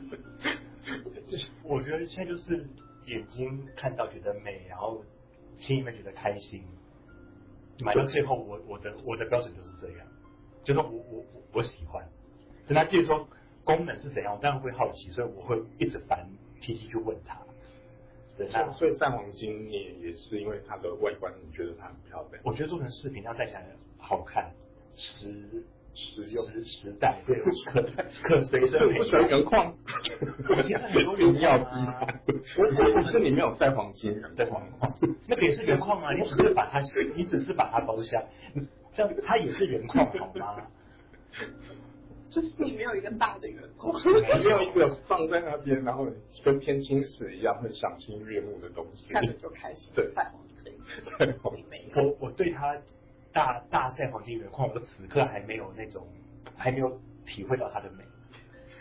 Speaker 3: 就是我觉得现在就是眼睛看到觉得美，然后心里面觉得开心，买到最后我我的我的标准就是这样，就是我我我我喜欢。但他至于说功能是怎样，我当然会好奇，所以我会一直烦 T T 去问他。对，那
Speaker 1: 所以散黄金你也也是因为它的外观，你觉得它很漂亮，
Speaker 3: 我觉得做成饰品要戴起来好看，实
Speaker 1: 实用
Speaker 3: 实实戴，对，可可随身
Speaker 1: 所以
Speaker 3: 携
Speaker 1: 不喜欢原矿。
Speaker 3: 我现在很多
Speaker 1: 一定
Speaker 3: 原
Speaker 1: 要
Speaker 3: 矿
Speaker 1: 逼
Speaker 3: 啊
Speaker 1: 他，我我是你没有赛黄金，
Speaker 3: 对黄矿，那个也是原矿啊，你只是把它，你只是把它包下，这样它也是原矿好吗？
Speaker 2: 就是你没有一个大的原 矿，
Speaker 1: 没有一个放在那边，然后跟天青石一样会赏心悦目的东西。
Speaker 2: 看着就开心。
Speaker 1: 对
Speaker 2: 彩虹可以，
Speaker 1: 对黄
Speaker 2: 你 没有。
Speaker 3: 我我对它大大赛黄金原矿，我此刻还没有那种，还没有体会到它的美，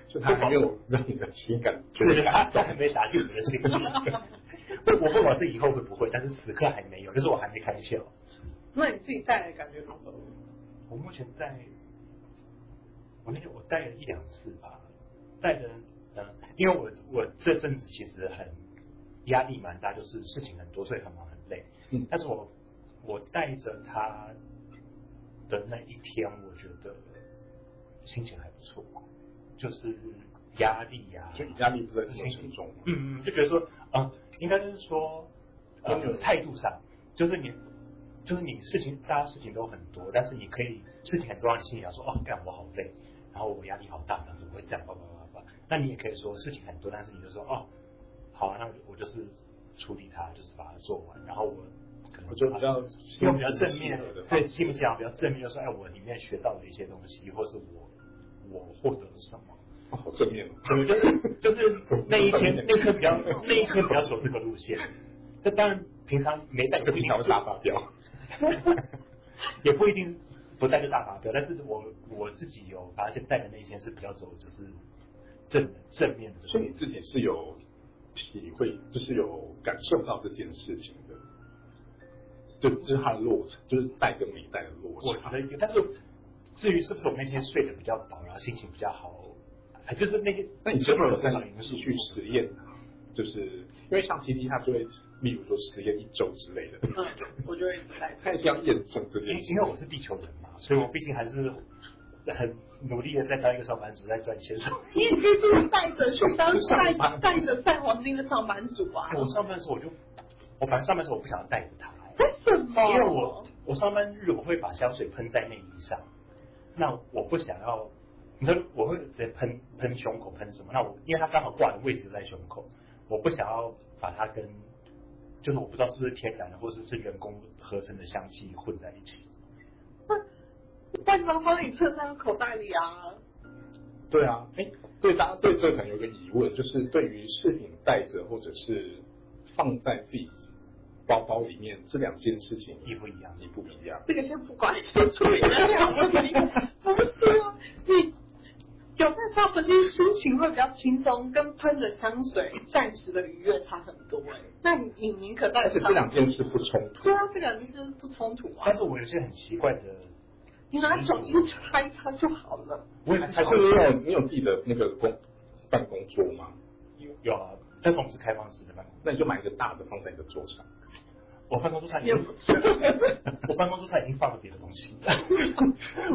Speaker 1: 就它没有让你的情感觉
Speaker 3: 就是
Speaker 1: 得
Speaker 3: 它
Speaker 1: 感
Speaker 3: 都
Speaker 1: 动。
Speaker 3: 还没打进我的心里。我我不管是以后会不会，但是此刻还没有，就是我还没开窍。
Speaker 2: 那你自己带来的感觉如何？
Speaker 3: 我目前在，我那天我戴了一两次吧，戴着，嗯、因为我我这阵子其实很压力蛮大，就是事情很多，所以很忙很累。
Speaker 1: 嗯
Speaker 3: 但是我我带着它的那一天，我觉得心情还不错，就是压力呀、
Speaker 1: 所以压力不在这种身中吗？
Speaker 3: 嗯，嗯，就觉得说，呃，应该就是说，呃，态度上，就是你，就是你事情，大家事情都很多，但是你可以事情很多，让你心里想说，哦，干我好累，然后我压力好大，这样子我会这样，哦叭叭叭叭。那你也可以说事情很多，但是你就说，哦，好啊，那我就是处理它，就是把它做完，然后我可能
Speaker 1: 我就比较
Speaker 3: 用嗯比较正面
Speaker 1: 心平气和的，
Speaker 3: 对，基本讲比较正面，就是哎，我里面学到了一些东西，或是我我获得了什么。
Speaker 1: 哦好正面哦。
Speaker 3: 对，就是就是那一天那一天比较那一天比较走这个路线。那当然，平常没带
Speaker 1: 这个
Speaker 3: 就不一
Speaker 1: 频
Speaker 3: 定
Speaker 1: 道大发飙，
Speaker 3: 也不一定不带就大发飙。但是我我自己有发现，带的那一天是比较走就是正正面的这
Speaker 1: 所
Speaker 3: 个
Speaker 1: 以
Speaker 3: 路
Speaker 1: 你自
Speaker 3: 线。
Speaker 1: 己是有体会，就是有感受到这件事情的，就就是它的落差，就是带跟没带的落
Speaker 3: 我
Speaker 1: 差
Speaker 3: 觉。得有，但是至于是不是我那天睡得比较饱，然后心情比较好，还就是那个
Speaker 1: 那你之后有
Speaker 3: 多
Speaker 1: 在
Speaker 3: 少因素
Speaker 1: 继续实验吗？就是因为像 T T 它就会，例如说实验一周之类的，
Speaker 2: 嗯，我就会带着。
Speaker 1: 它一定要验证这
Speaker 3: 因
Speaker 1: 件事
Speaker 3: 因。为我是地球人嘛，所以我毕竟还是很努力的在当一个上班族，在赚钱上。
Speaker 2: 你也可以就是带着去当带
Speaker 1: 上班
Speaker 2: 带着赛黄金的上班族啊？
Speaker 3: 我上班的时候我就，我反正上班的时候我不想要带着它、欸
Speaker 2: 为什么？
Speaker 3: 因为我我上班日我会把香水喷在内衣上，那我不想要，你说我会直接喷喷胸口喷什么？那我因为它刚好挂的位置在胸口，我不想要把它跟，就是我不知道是不是天然的或者是人工合成的香气混在一起。
Speaker 2: 带着放在你衬衫口袋里啊。
Speaker 1: 对啊，哎，对大家对这个可能有个疑问，就是对于饰品带着或者是放在自己包包里面这两件事情
Speaker 3: 一不一样
Speaker 1: 一不一样？
Speaker 2: 这个先不管，先处理那两个问题。不是啊，你有在上不是心情会比较轻松，跟喷着香水暂时的愉悦差很多哎、那你你宁可带
Speaker 1: 而
Speaker 2: 着
Speaker 1: 且这两件事不冲突。
Speaker 2: 对啊，这两件是不冲突啊
Speaker 3: 但。是我有些很奇怪的
Speaker 2: 你拿种子插一插就好了。
Speaker 1: 我也还是你有你有自己的那个工办公桌吗？
Speaker 3: 有有啊，但是我们是开放式的办公室，
Speaker 1: 那你就买一个大的放在你的桌上。
Speaker 3: 我办公桌上已
Speaker 2: 也
Speaker 3: 经
Speaker 2: 不，
Speaker 3: 我办公桌上已经放了别的东西。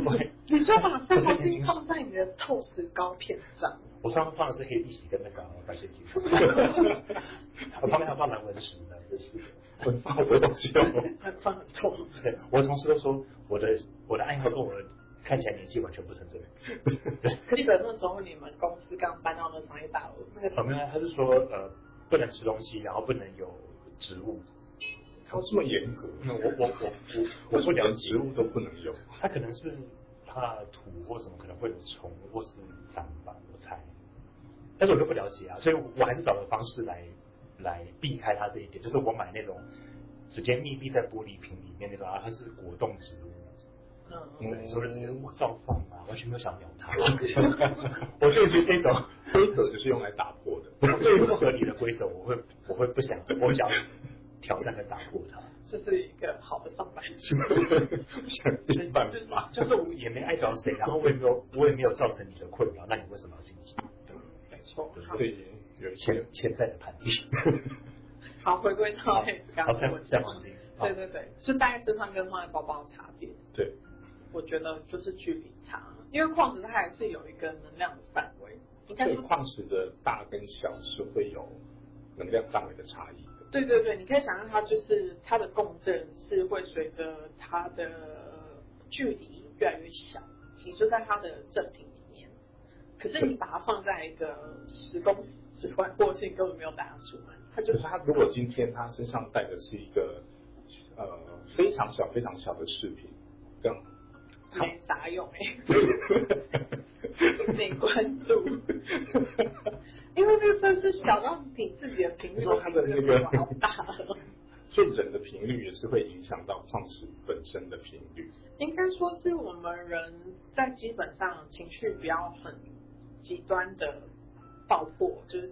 Speaker 3: 我
Speaker 2: 你就把三角巾放在你的透石膏片上，
Speaker 3: 我上面放的是黑碧玺跟那个白水晶，我旁边还放蓝纹石呢，就是。
Speaker 1: 我放好多东西哦。
Speaker 2: 放很痛。
Speaker 3: 对，我同事都说我的我的爱好跟我看起来年纪完全不成正比。
Speaker 2: 记得那时候你们公司刚搬到那商业大楼，那个
Speaker 3: 呃，没有，他是说呃不能吃东西，然后不能有植物。
Speaker 1: 他这么严格，
Speaker 3: 那我我我我
Speaker 1: 我
Speaker 3: 我不
Speaker 1: 说
Speaker 3: 了
Speaker 1: 连
Speaker 3: 解
Speaker 1: 植，物都不能有，
Speaker 3: 他可能是怕土或什么可能会有虫或是脏吧，我猜。但是我就不了解啊，所以我还是找了方式来来避开它这一点，就是我买那种直接密闭在玻璃瓶里面那种啊，它是果冻植物。
Speaker 2: 嗯，
Speaker 3: 对，
Speaker 1: 嗯
Speaker 3: 所以我就觉得我照放啊，完全没有想鸟它。我就是这种
Speaker 1: 规则就是用来打破的。
Speaker 3: 对于不合理的规则，我会我会不想，我想挑战跟打破它。
Speaker 2: 就是一个好的上班族，
Speaker 1: 想尽办法。
Speaker 3: 就是我也没碍着谁，然后我也没有我也没有造成你的困扰，那你为什么要进击？
Speaker 2: 没错。好，
Speaker 1: 对，有一些
Speaker 3: 潜潜在的叛逆。
Speaker 2: 好，回归到 Hank 刚
Speaker 3: 好，
Speaker 2: 刚
Speaker 3: 下
Speaker 2: 的问题
Speaker 3: 下黄金。好
Speaker 2: 对对对，就带在身上跟放在包包的差别，
Speaker 1: 对，
Speaker 2: 我觉得就是距离差，因为矿石它还是有一个能量的范围，应该
Speaker 1: 对
Speaker 2: 说
Speaker 1: 矿石的大跟小是会有能量范围的差异的。
Speaker 2: 对对对，你可以想象它就是它的共振是会随着它的距离越来越小，你就在它的正品里面。可是你把它放在一个十公尺之外，或者是你根本没有把它出门，它就
Speaker 1: 可是他如 果今天他身上带的是一个呃非常小非常小的饰品，这样
Speaker 2: 没啥用哎、欸，没关注， 因为那个真的是小到你自己的频率，
Speaker 1: 说它的那个
Speaker 2: 好大啊了。
Speaker 1: 所以人的频率也是会影响到矿石本身的频率。
Speaker 2: 应该说是我们人在基本上情绪不要很极端的爆破，就是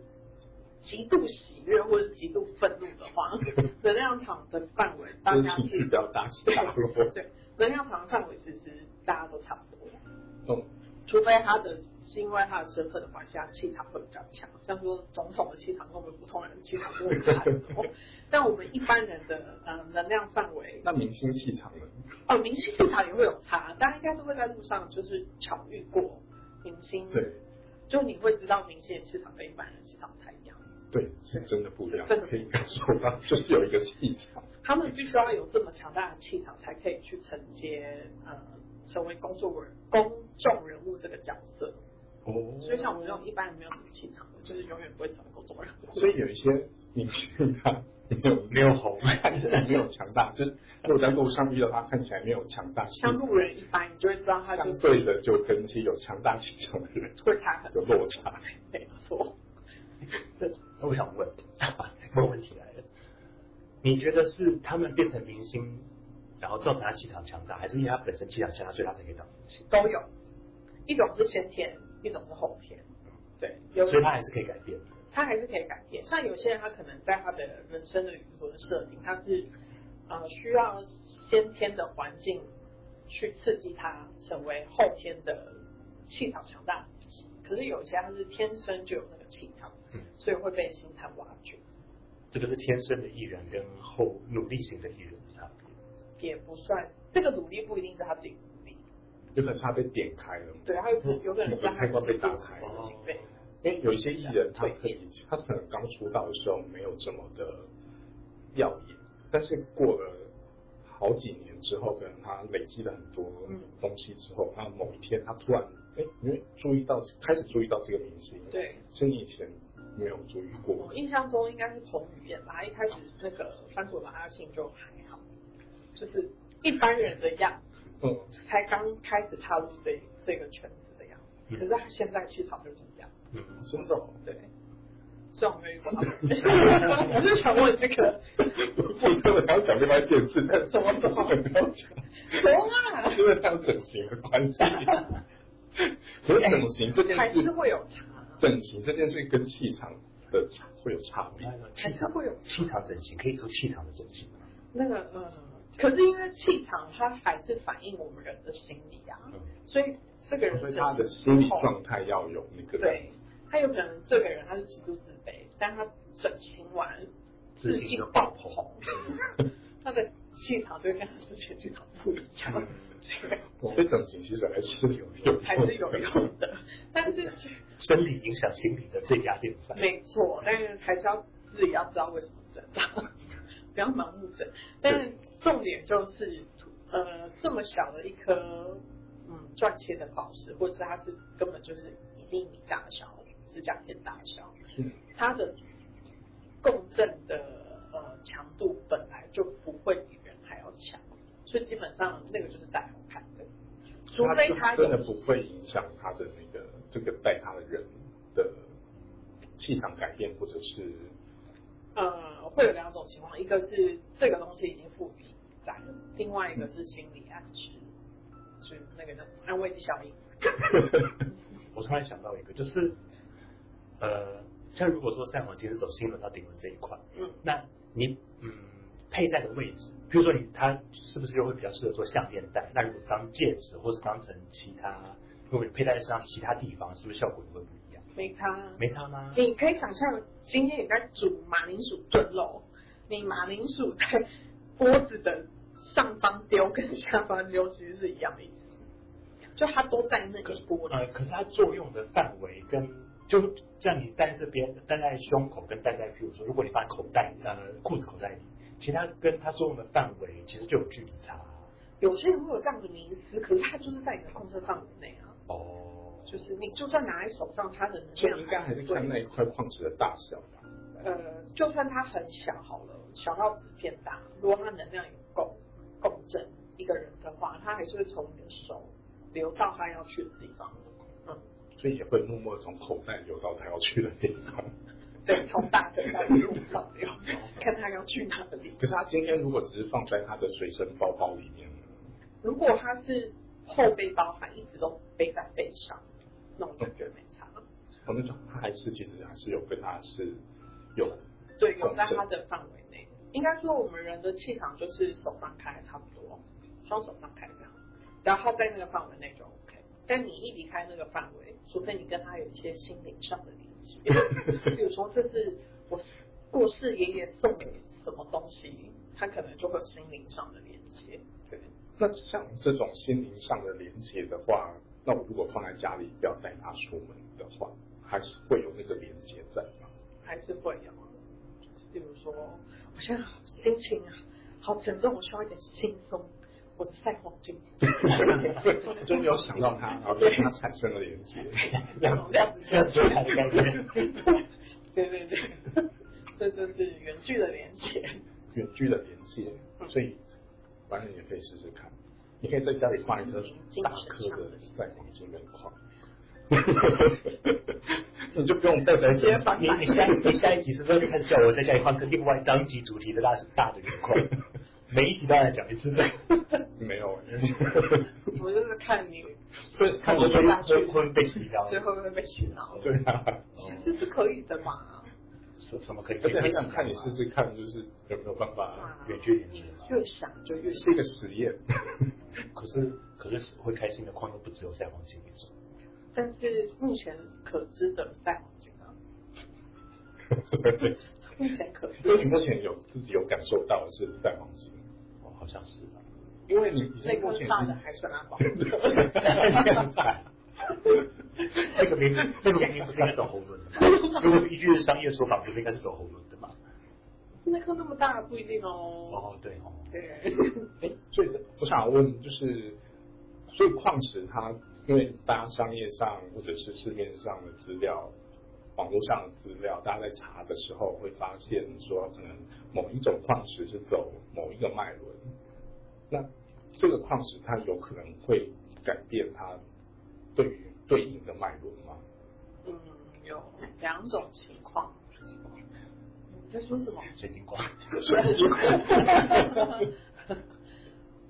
Speaker 2: 极度喜悦或者极度愤怒的 话，能量场的范围大
Speaker 1: 就是
Speaker 2: 家
Speaker 1: 情
Speaker 2: 其
Speaker 1: 绪
Speaker 2: 实
Speaker 1: 比较大起大 落。
Speaker 2: 对能量场的范围其实大家都差不多，
Speaker 1: 嗯，
Speaker 2: 除非他的是因为他的身份的关系，他气场会比较强，像说总统的气场跟我们普通人的气场真的差很 多，但我们一般人的呃能量范 围
Speaker 1: 那明星气场呢？
Speaker 2: 哦，明星市场也会有差，大家应该都会在路上就是巧遇过明星，
Speaker 1: 对
Speaker 2: 就你会知道明星的市场跟一般人市场不太一样，
Speaker 1: 对，是真的不一样，
Speaker 2: 真的
Speaker 1: 可以感受到，就是有一个气场。
Speaker 2: 他们必须要有这么强大的气场，才可以去承接呃成为公众人公众人物这个角色。
Speaker 1: 哦
Speaker 2: 所以像我们这种一般人没有什么气场的，就是永远不会成为公众人物。
Speaker 1: 所以有一些明星他没有
Speaker 3: 没有红，
Speaker 1: 看起 来没有强大，就是如果在路上遇到他看起来没有强大气
Speaker 2: 像
Speaker 1: 场，
Speaker 2: 路人一般，你就会知道他就
Speaker 1: 相
Speaker 2: 是
Speaker 1: 对的就跟一些有强大气场的人
Speaker 2: 会差很多，
Speaker 1: 有落差。
Speaker 2: 没错。
Speaker 3: 那我想问， 啊问问题来了，你觉得是他们变成明星，然后造成他气场强大，还是因为他本身气场强大，所以他才可以当明星？
Speaker 2: 都有，一种是先天，一种是后天。对，有
Speaker 3: 所以他还是可以改变的。
Speaker 2: 他还是可以改变。像有些人，他可能在他的人生的宇宙的设定，他是呃需要先天的环境去刺激他成为后天的气场强大。可是有些他是天生就有那个气场
Speaker 3: 嗯，
Speaker 2: 所以会被星盘挖掘，
Speaker 3: 这就是天生的艺人跟后努力型的艺人的差别。
Speaker 1: 哦
Speaker 2: 也不算这个努力不一定是他自己努力，
Speaker 1: 有可能是他被点开了嘛，
Speaker 2: 对，他有可能有可能是他
Speaker 1: 开嗯关被打开
Speaker 2: 事情被
Speaker 1: 因哎为有一些艺人他可以，他可能刚出道的时候没有这么的耀眼，但是过了好几年之后，可能他累积了很多
Speaker 2: 嗯
Speaker 1: 东西之后，那某一天他突然哎，因为注意到开始注意到这个明星，，
Speaker 2: 对。
Speaker 1: 是你以前没有注意过
Speaker 2: 我，印象中应该是彭于晏吧，他一开始那个翻滚吧阿信就还好，就是一般人的样子，
Speaker 1: 嗯，
Speaker 2: 才刚开始踏入这这个圈子的样
Speaker 1: 嗯
Speaker 2: 子。可是他现在气场就不一样，
Speaker 3: 嗯，
Speaker 1: 真的哦、
Speaker 2: 对。虽然我没有遇过他们，我是想问这个
Speaker 1: 不是我想讲另外一件事，但是我不是很了解，
Speaker 2: 什啊，
Speaker 1: 因为他有整形的关 系。可是整形这件
Speaker 2: 还是
Speaker 1: 事，
Speaker 2: 会有差，
Speaker 1: 整形这件事跟气场的差会有差别。
Speaker 3: 那个
Speaker 2: 还是
Speaker 3: 气场
Speaker 2: 会有
Speaker 3: 气场整形可以做气场的整形吗？
Speaker 2: 那个呃，可是因为气场它还是反映我们人的心理啊，
Speaker 3: 嗯
Speaker 2: 所以这个人
Speaker 1: 所以
Speaker 2: 可
Speaker 1: 他
Speaker 2: 能
Speaker 1: 的心理状态要有那个
Speaker 2: 对，他有可能这个人他是极度自卑，但他整形完
Speaker 3: 自信
Speaker 2: 信
Speaker 3: 就
Speaker 2: 爆
Speaker 3: 爆棚
Speaker 2: 棚，他的气场就跟他之前气场不一样，对，
Speaker 1: 所以整形其实还是有用的，
Speaker 2: 还是有用的，但是就
Speaker 3: 生理影响心理的最佳典范。
Speaker 2: 没错，但是还是要自己要知道为什么整啊，不要盲目整。但是重点就是，呃，这么小的一颗嗯钻切的宝石，或是它是根本就是一粒米大小，指甲片大小，
Speaker 1: 嗯
Speaker 2: 它的共振的呃强度本来就不会比人还要强，所以基本上那个就是带好看的，除非
Speaker 1: 他
Speaker 2: 它有
Speaker 1: 真的不会影响他的那个这个带他的人的气场改变，或者是
Speaker 2: 呃，会有两种情况，一个是这个东西已经赋予在了，另外一个是心理暗示，就是那个叫什么安慰剂效应。
Speaker 3: 我突然想到一个，就是呃，像如果说赛网今天走新轮到顶轮这一块，
Speaker 2: 嗯，
Speaker 3: 那你嗯佩戴的位置，比如说你它是不是就会比较适合做项链戴？那如果当戒指或是当成其他，如果你佩戴在身上其他地方，是不是效果也会不一样？
Speaker 2: 没差。啊
Speaker 3: 没差吗？
Speaker 2: 你可以想象，今天你在煮马铃薯炖肉，你马铃薯在锅子的上方丢跟下方丢其实是一样的意思，就它都在那
Speaker 3: 可
Speaker 2: 一
Speaker 3: 是
Speaker 2: 锅里。
Speaker 3: 呃，可是它作用的范围跟就像你戴这边戴在胸口跟戴在，譬如说，如果你放在口袋呃裤子口袋里，其实它跟它作用的范围其实就有距离差。
Speaker 2: 有些人会有这样的迷思，可是它就是在你的控制范围内啊。
Speaker 3: 哦，
Speaker 2: 就是你就算拿在手上，它的能
Speaker 1: 所
Speaker 2: 量
Speaker 1: 以应该还是
Speaker 2: 对
Speaker 1: 看那一块矿石的大小吧。
Speaker 2: 呃，就算它很小好了，小到纸片大，如果它能量有够共振一个人的话，它还是会从你的手流到他要去的地方。嗯，
Speaker 1: 所以也会默默从口袋流到他要去的地 方。
Speaker 2: 对，从大腿到路上流，看他要去哪里。
Speaker 1: 可是他今天如果只是放在他的随身包包里面呢，
Speaker 2: 如果他是后背包，还一直都背在背上，那我就觉得没差。
Speaker 1: 可能他还是其实还是有跟他是有
Speaker 2: 对，有在他的范围内。应该说，我们人的气场就是手张开差不多，双手张开这样，只要他在那个范围内就 OK。但你一离开那个范围，除非你跟他有一些心灵上的连 接，比如说这是我过世爷爷送给什么东西，他可能就会有心灵上的连接。对，
Speaker 1: 那像这种心灵上的连接的话，那我如果放在家里不要带它出门的话，还是会有那个连接在吗？
Speaker 2: 还是会有。啊就是比如说，我现在好心情啊，好沉重，我需要一点轻松。我的赛黄金，
Speaker 1: 就没有想到它，然后跟它产生了连接。
Speaker 3: 量量量子力的概念。
Speaker 2: 对对对，这就是原剧的连接。
Speaker 1: 远距的连接， 所以反正你也可以试试看。你可以在家里放一颗大颗的赛黄金门框， 你就不用带在身上。
Speaker 3: 你你下你下一集是不是就开始叫我在家里换个另外当集主题的大大的圆框？每一集都要讲一次的，
Speaker 1: 没有，
Speaker 2: 我就是看你
Speaker 1: 就是
Speaker 3: 看
Speaker 1: 看
Speaker 3: 我
Speaker 1: 我
Speaker 3: 会
Speaker 1: 大
Speaker 3: 会会被洗掉，
Speaker 2: 最后会不会被洗脑，
Speaker 1: 对啊。
Speaker 2: 其实是可以的嘛。
Speaker 3: 什什么可以
Speaker 1: 而
Speaker 3: 被
Speaker 1: 且很
Speaker 3: 洗掉
Speaker 1: 想看你啊试试看，就是有没有办法，
Speaker 3: 远距连接嘛。
Speaker 2: 越想就越
Speaker 1: 是一个实验。
Speaker 3: 可是可是会开心的框又不只有在黄金一种，
Speaker 2: 但是目前可知的赛黄金啊， 目前可知
Speaker 1: 所以你目前有自己有感受到的是赛黄金，
Speaker 3: 哦，好像是吧？
Speaker 1: 因为你你
Speaker 2: 那
Speaker 1: 是目
Speaker 2: 颗
Speaker 1: 前
Speaker 2: 大的
Speaker 1: 是
Speaker 2: 还算阿宝，
Speaker 3: 那个明明那个明明不是应该走喉轮的吗？如果依据商业说法，不是应该是走喉轮的吗？
Speaker 2: 那颗那么大不一定哦。
Speaker 3: 哦，对哦，
Speaker 2: 对，
Speaker 1: 哎，所以我想问就是，所以矿石它因为大家商业上或者是市面上的资料。网络上的资料，大家在查的时候会发现说，可能某一种矿石是走某一个脉轮，那这个矿石它有可能会改变它对于对应的脉轮吗？
Speaker 2: 嗯，有两种情况。你在说什么？
Speaker 3: 水晶光，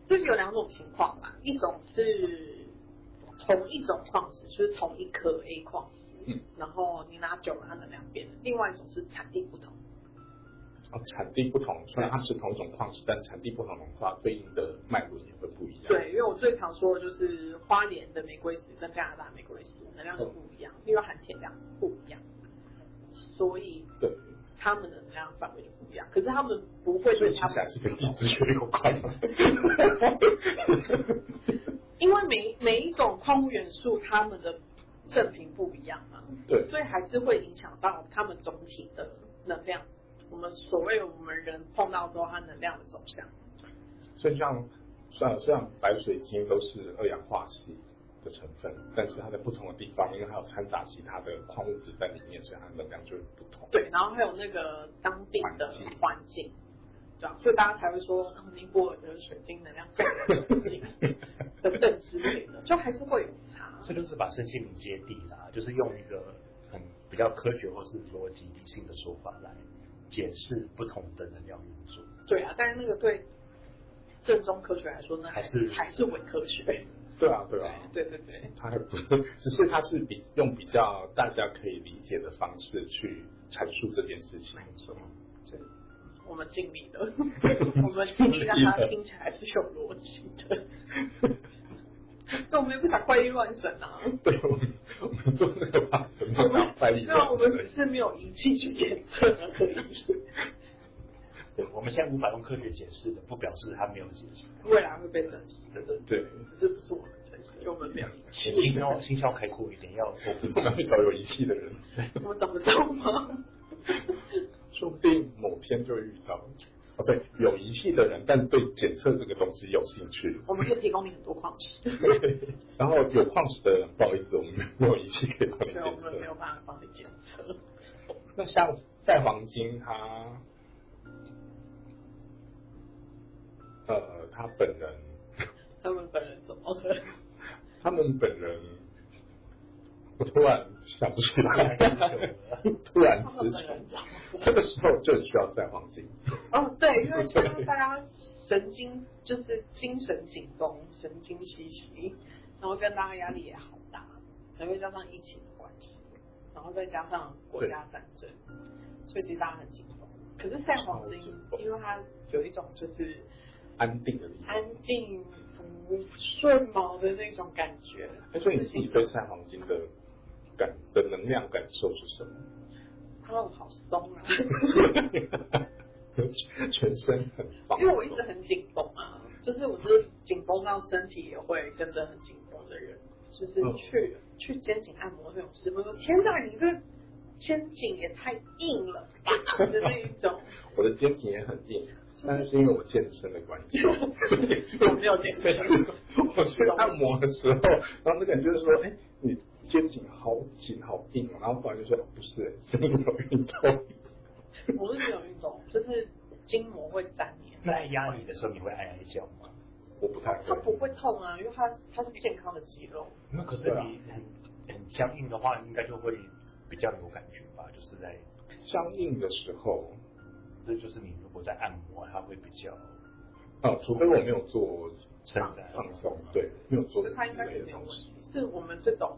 Speaker 2: 就是有两种情况啦，一种是同一种矿石，就是同一颗 A 矿石，
Speaker 1: 嗯
Speaker 2: 然后你拿久了它能量变了；，另外一种是产地不同，
Speaker 1: 啊产地不同，虽然它是同一种矿石，但产地不同的话，对应的脉轮也会不一样。
Speaker 2: 对，因为我最常说的就是花莲的玫瑰石跟加拿大玫瑰石能量是不一样，因为含铁量不一样，所以
Speaker 1: 对，
Speaker 2: 他们的能量范围就不一样。可是他们不会
Speaker 1: 所
Speaker 2: 说
Speaker 1: 以
Speaker 2: 他
Speaker 1: 其实还
Speaker 2: 们，
Speaker 1: 是跟地质学有关 的。
Speaker 2: 因为每每一种矿物元素他们的正品不一样嘛，
Speaker 1: 对，
Speaker 2: 所以还是会影响到他们总体的能量。我们所谓我们人碰到之后，它能量的走向。
Speaker 1: 所以像像像白水晶都是二氧化硒的成分，但是它在不同的地方，因为它有掺杂其他的矿物质在里面，所以它的能量就会不同。
Speaker 2: 对，然后还有那个当地的环境，对啊，所以大家才会说，嗯，尼泊尔的水晶能量非常干净等等之类的，就还是会有差。
Speaker 4: 这就是把身心灵接地啦，就是用一个很比较科学或是逻辑理性的说法来解释不同的能量运作。
Speaker 2: 对啊，但是那个对正宗科学来说呢，
Speaker 4: 还是
Speaker 2: 还是伪科学。
Speaker 1: 对啊，对啊。
Speaker 2: 对对对，
Speaker 1: 它还不，只是它是比用比较大家可以理解的方式去阐述这件事情。
Speaker 2: 我们尽力 了，我们尽力让它听起来是有逻辑的。那我们也不想怪力乱神啊，
Speaker 1: 对，我们我们做那个吧，怎么想翻译
Speaker 2: 因为我们只是没有仪器去检测而已。
Speaker 4: 对，我们现在无法用科学解释的，不表示它没有解释。
Speaker 2: 未来会被证实，
Speaker 1: 对，
Speaker 2: 只是不是我们证实，因为我们没有仪器。
Speaker 4: 心要心要开阔一点，要
Speaker 1: 我们要去找有仪器的人，
Speaker 2: 我们找不到吗？
Speaker 1: 说不定某天就会遇到。哦，对，有仪器的人，但对检测这个东西有兴趣。
Speaker 2: 我们可以提供你很多矿石，
Speaker 1: 然后有矿石的人，不好意思，我们没有仪器可以帮你
Speaker 2: 对，我
Speaker 1: 检
Speaker 2: 们没有
Speaker 1: 测。
Speaker 2: 办法帮你检测。
Speaker 1: 那像赛黄金，它呃，他本人，
Speaker 2: 他们本人怎么的？
Speaker 1: 他们本人，我突然想不起来， 突然
Speaker 2: 他们
Speaker 1: 词
Speaker 2: 本人
Speaker 1: 穷。
Speaker 2: 怎么？
Speaker 1: 这个时候就需要赛黄金。
Speaker 2: 哦，对，因 为现在大家神经就是精神紧绷，神经兮兮，然后跟大家压力也好大，然后又加上疫情的关系，然后再加上国家战争，所以其实大家很紧绷。可是赛黄金
Speaker 1: 超紧，绷
Speaker 2: 因为它有一种就是
Speaker 1: 安定的力量。
Speaker 2: 安静不顺毛的那种感觉。
Speaker 1: 哎，所以你自己对晒黄金的感的能量感受是什么？
Speaker 2: 他让我好松啊，
Speaker 1: 全身很放松，
Speaker 2: 因为我一直很紧绷啊，就是我是紧绷到身体也会跟着很紧绷的人，就是
Speaker 1: 嗯
Speaker 2: 去、去肩颈按摩那种师傅说：“天哪，你这肩颈也太硬了吧！” 的那一种，
Speaker 1: 我的肩颈也很硬，但是因为我健身的关系，
Speaker 2: 我没有健身，
Speaker 1: 我去按摩的时候，然后那个人就是说，哎，你肩颈好紧好硬哦，然后后来就说不是，是因为我运动。
Speaker 2: 我是没有运动，就是筋膜会粘黏。
Speaker 4: 那在压你的时候，你会哀哀叫吗？
Speaker 1: 我不太
Speaker 2: 它
Speaker 1: 会，
Speaker 2: 不会痛啊，因为它它是健康的肌肉，
Speaker 4: 那可是你很很僵硬的话，应该就会比较有感觉吧？就是在
Speaker 1: 相应的时候，
Speaker 4: 这就是你如果在按摩，它会比较
Speaker 1: 啊，除非我没有做
Speaker 4: 伸展
Speaker 1: 放松，对，没有做
Speaker 2: 可是它应该
Speaker 1: 之类的
Speaker 2: 是没有
Speaker 1: 东
Speaker 2: 问
Speaker 1: 西。
Speaker 2: 题。是我们这种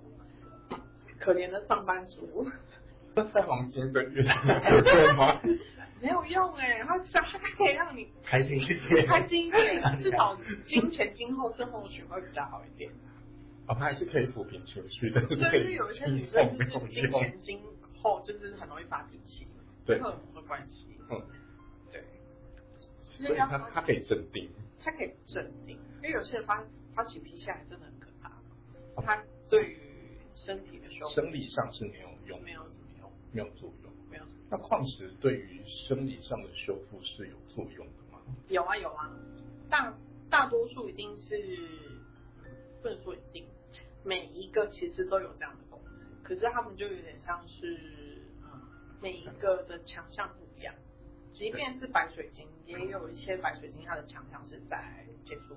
Speaker 2: 可怜的上班族。
Speaker 1: 那赛黄金跟 月亮有关吗？
Speaker 2: 没有用哎、他它它可以让你
Speaker 4: 开心一点。
Speaker 2: 开心一点，至少金钱今后症候群会比较好一点。
Speaker 1: 啊，它还是可以抚平情绪，但是
Speaker 2: 所以是有一些女生就是金钱今后就是很容易发脾气，
Speaker 1: 对
Speaker 2: 荷尔蒙的关系。
Speaker 1: 嗯，
Speaker 2: 对。所
Speaker 1: 所以
Speaker 2: 以要
Speaker 1: 它它可以镇定。
Speaker 2: 他可以镇定，因为有些人发发起脾气来真的很可怕，他对于身体的修复
Speaker 1: 生理上是没有用，
Speaker 2: 没有什么用，
Speaker 1: 没有作用。
Speaker 2: 没有什么
Speaker 1: 那矿石对于生理上的修复是有作用的吗？
Speaker 2: 有啊有啊，大大多数一定是嗯不能说一定，每一个其实都有这样的功能，可是他们就有点像是，嗯，每一个的强项不一样。即便是白水晶，也有一些白水晶它的强项是在解除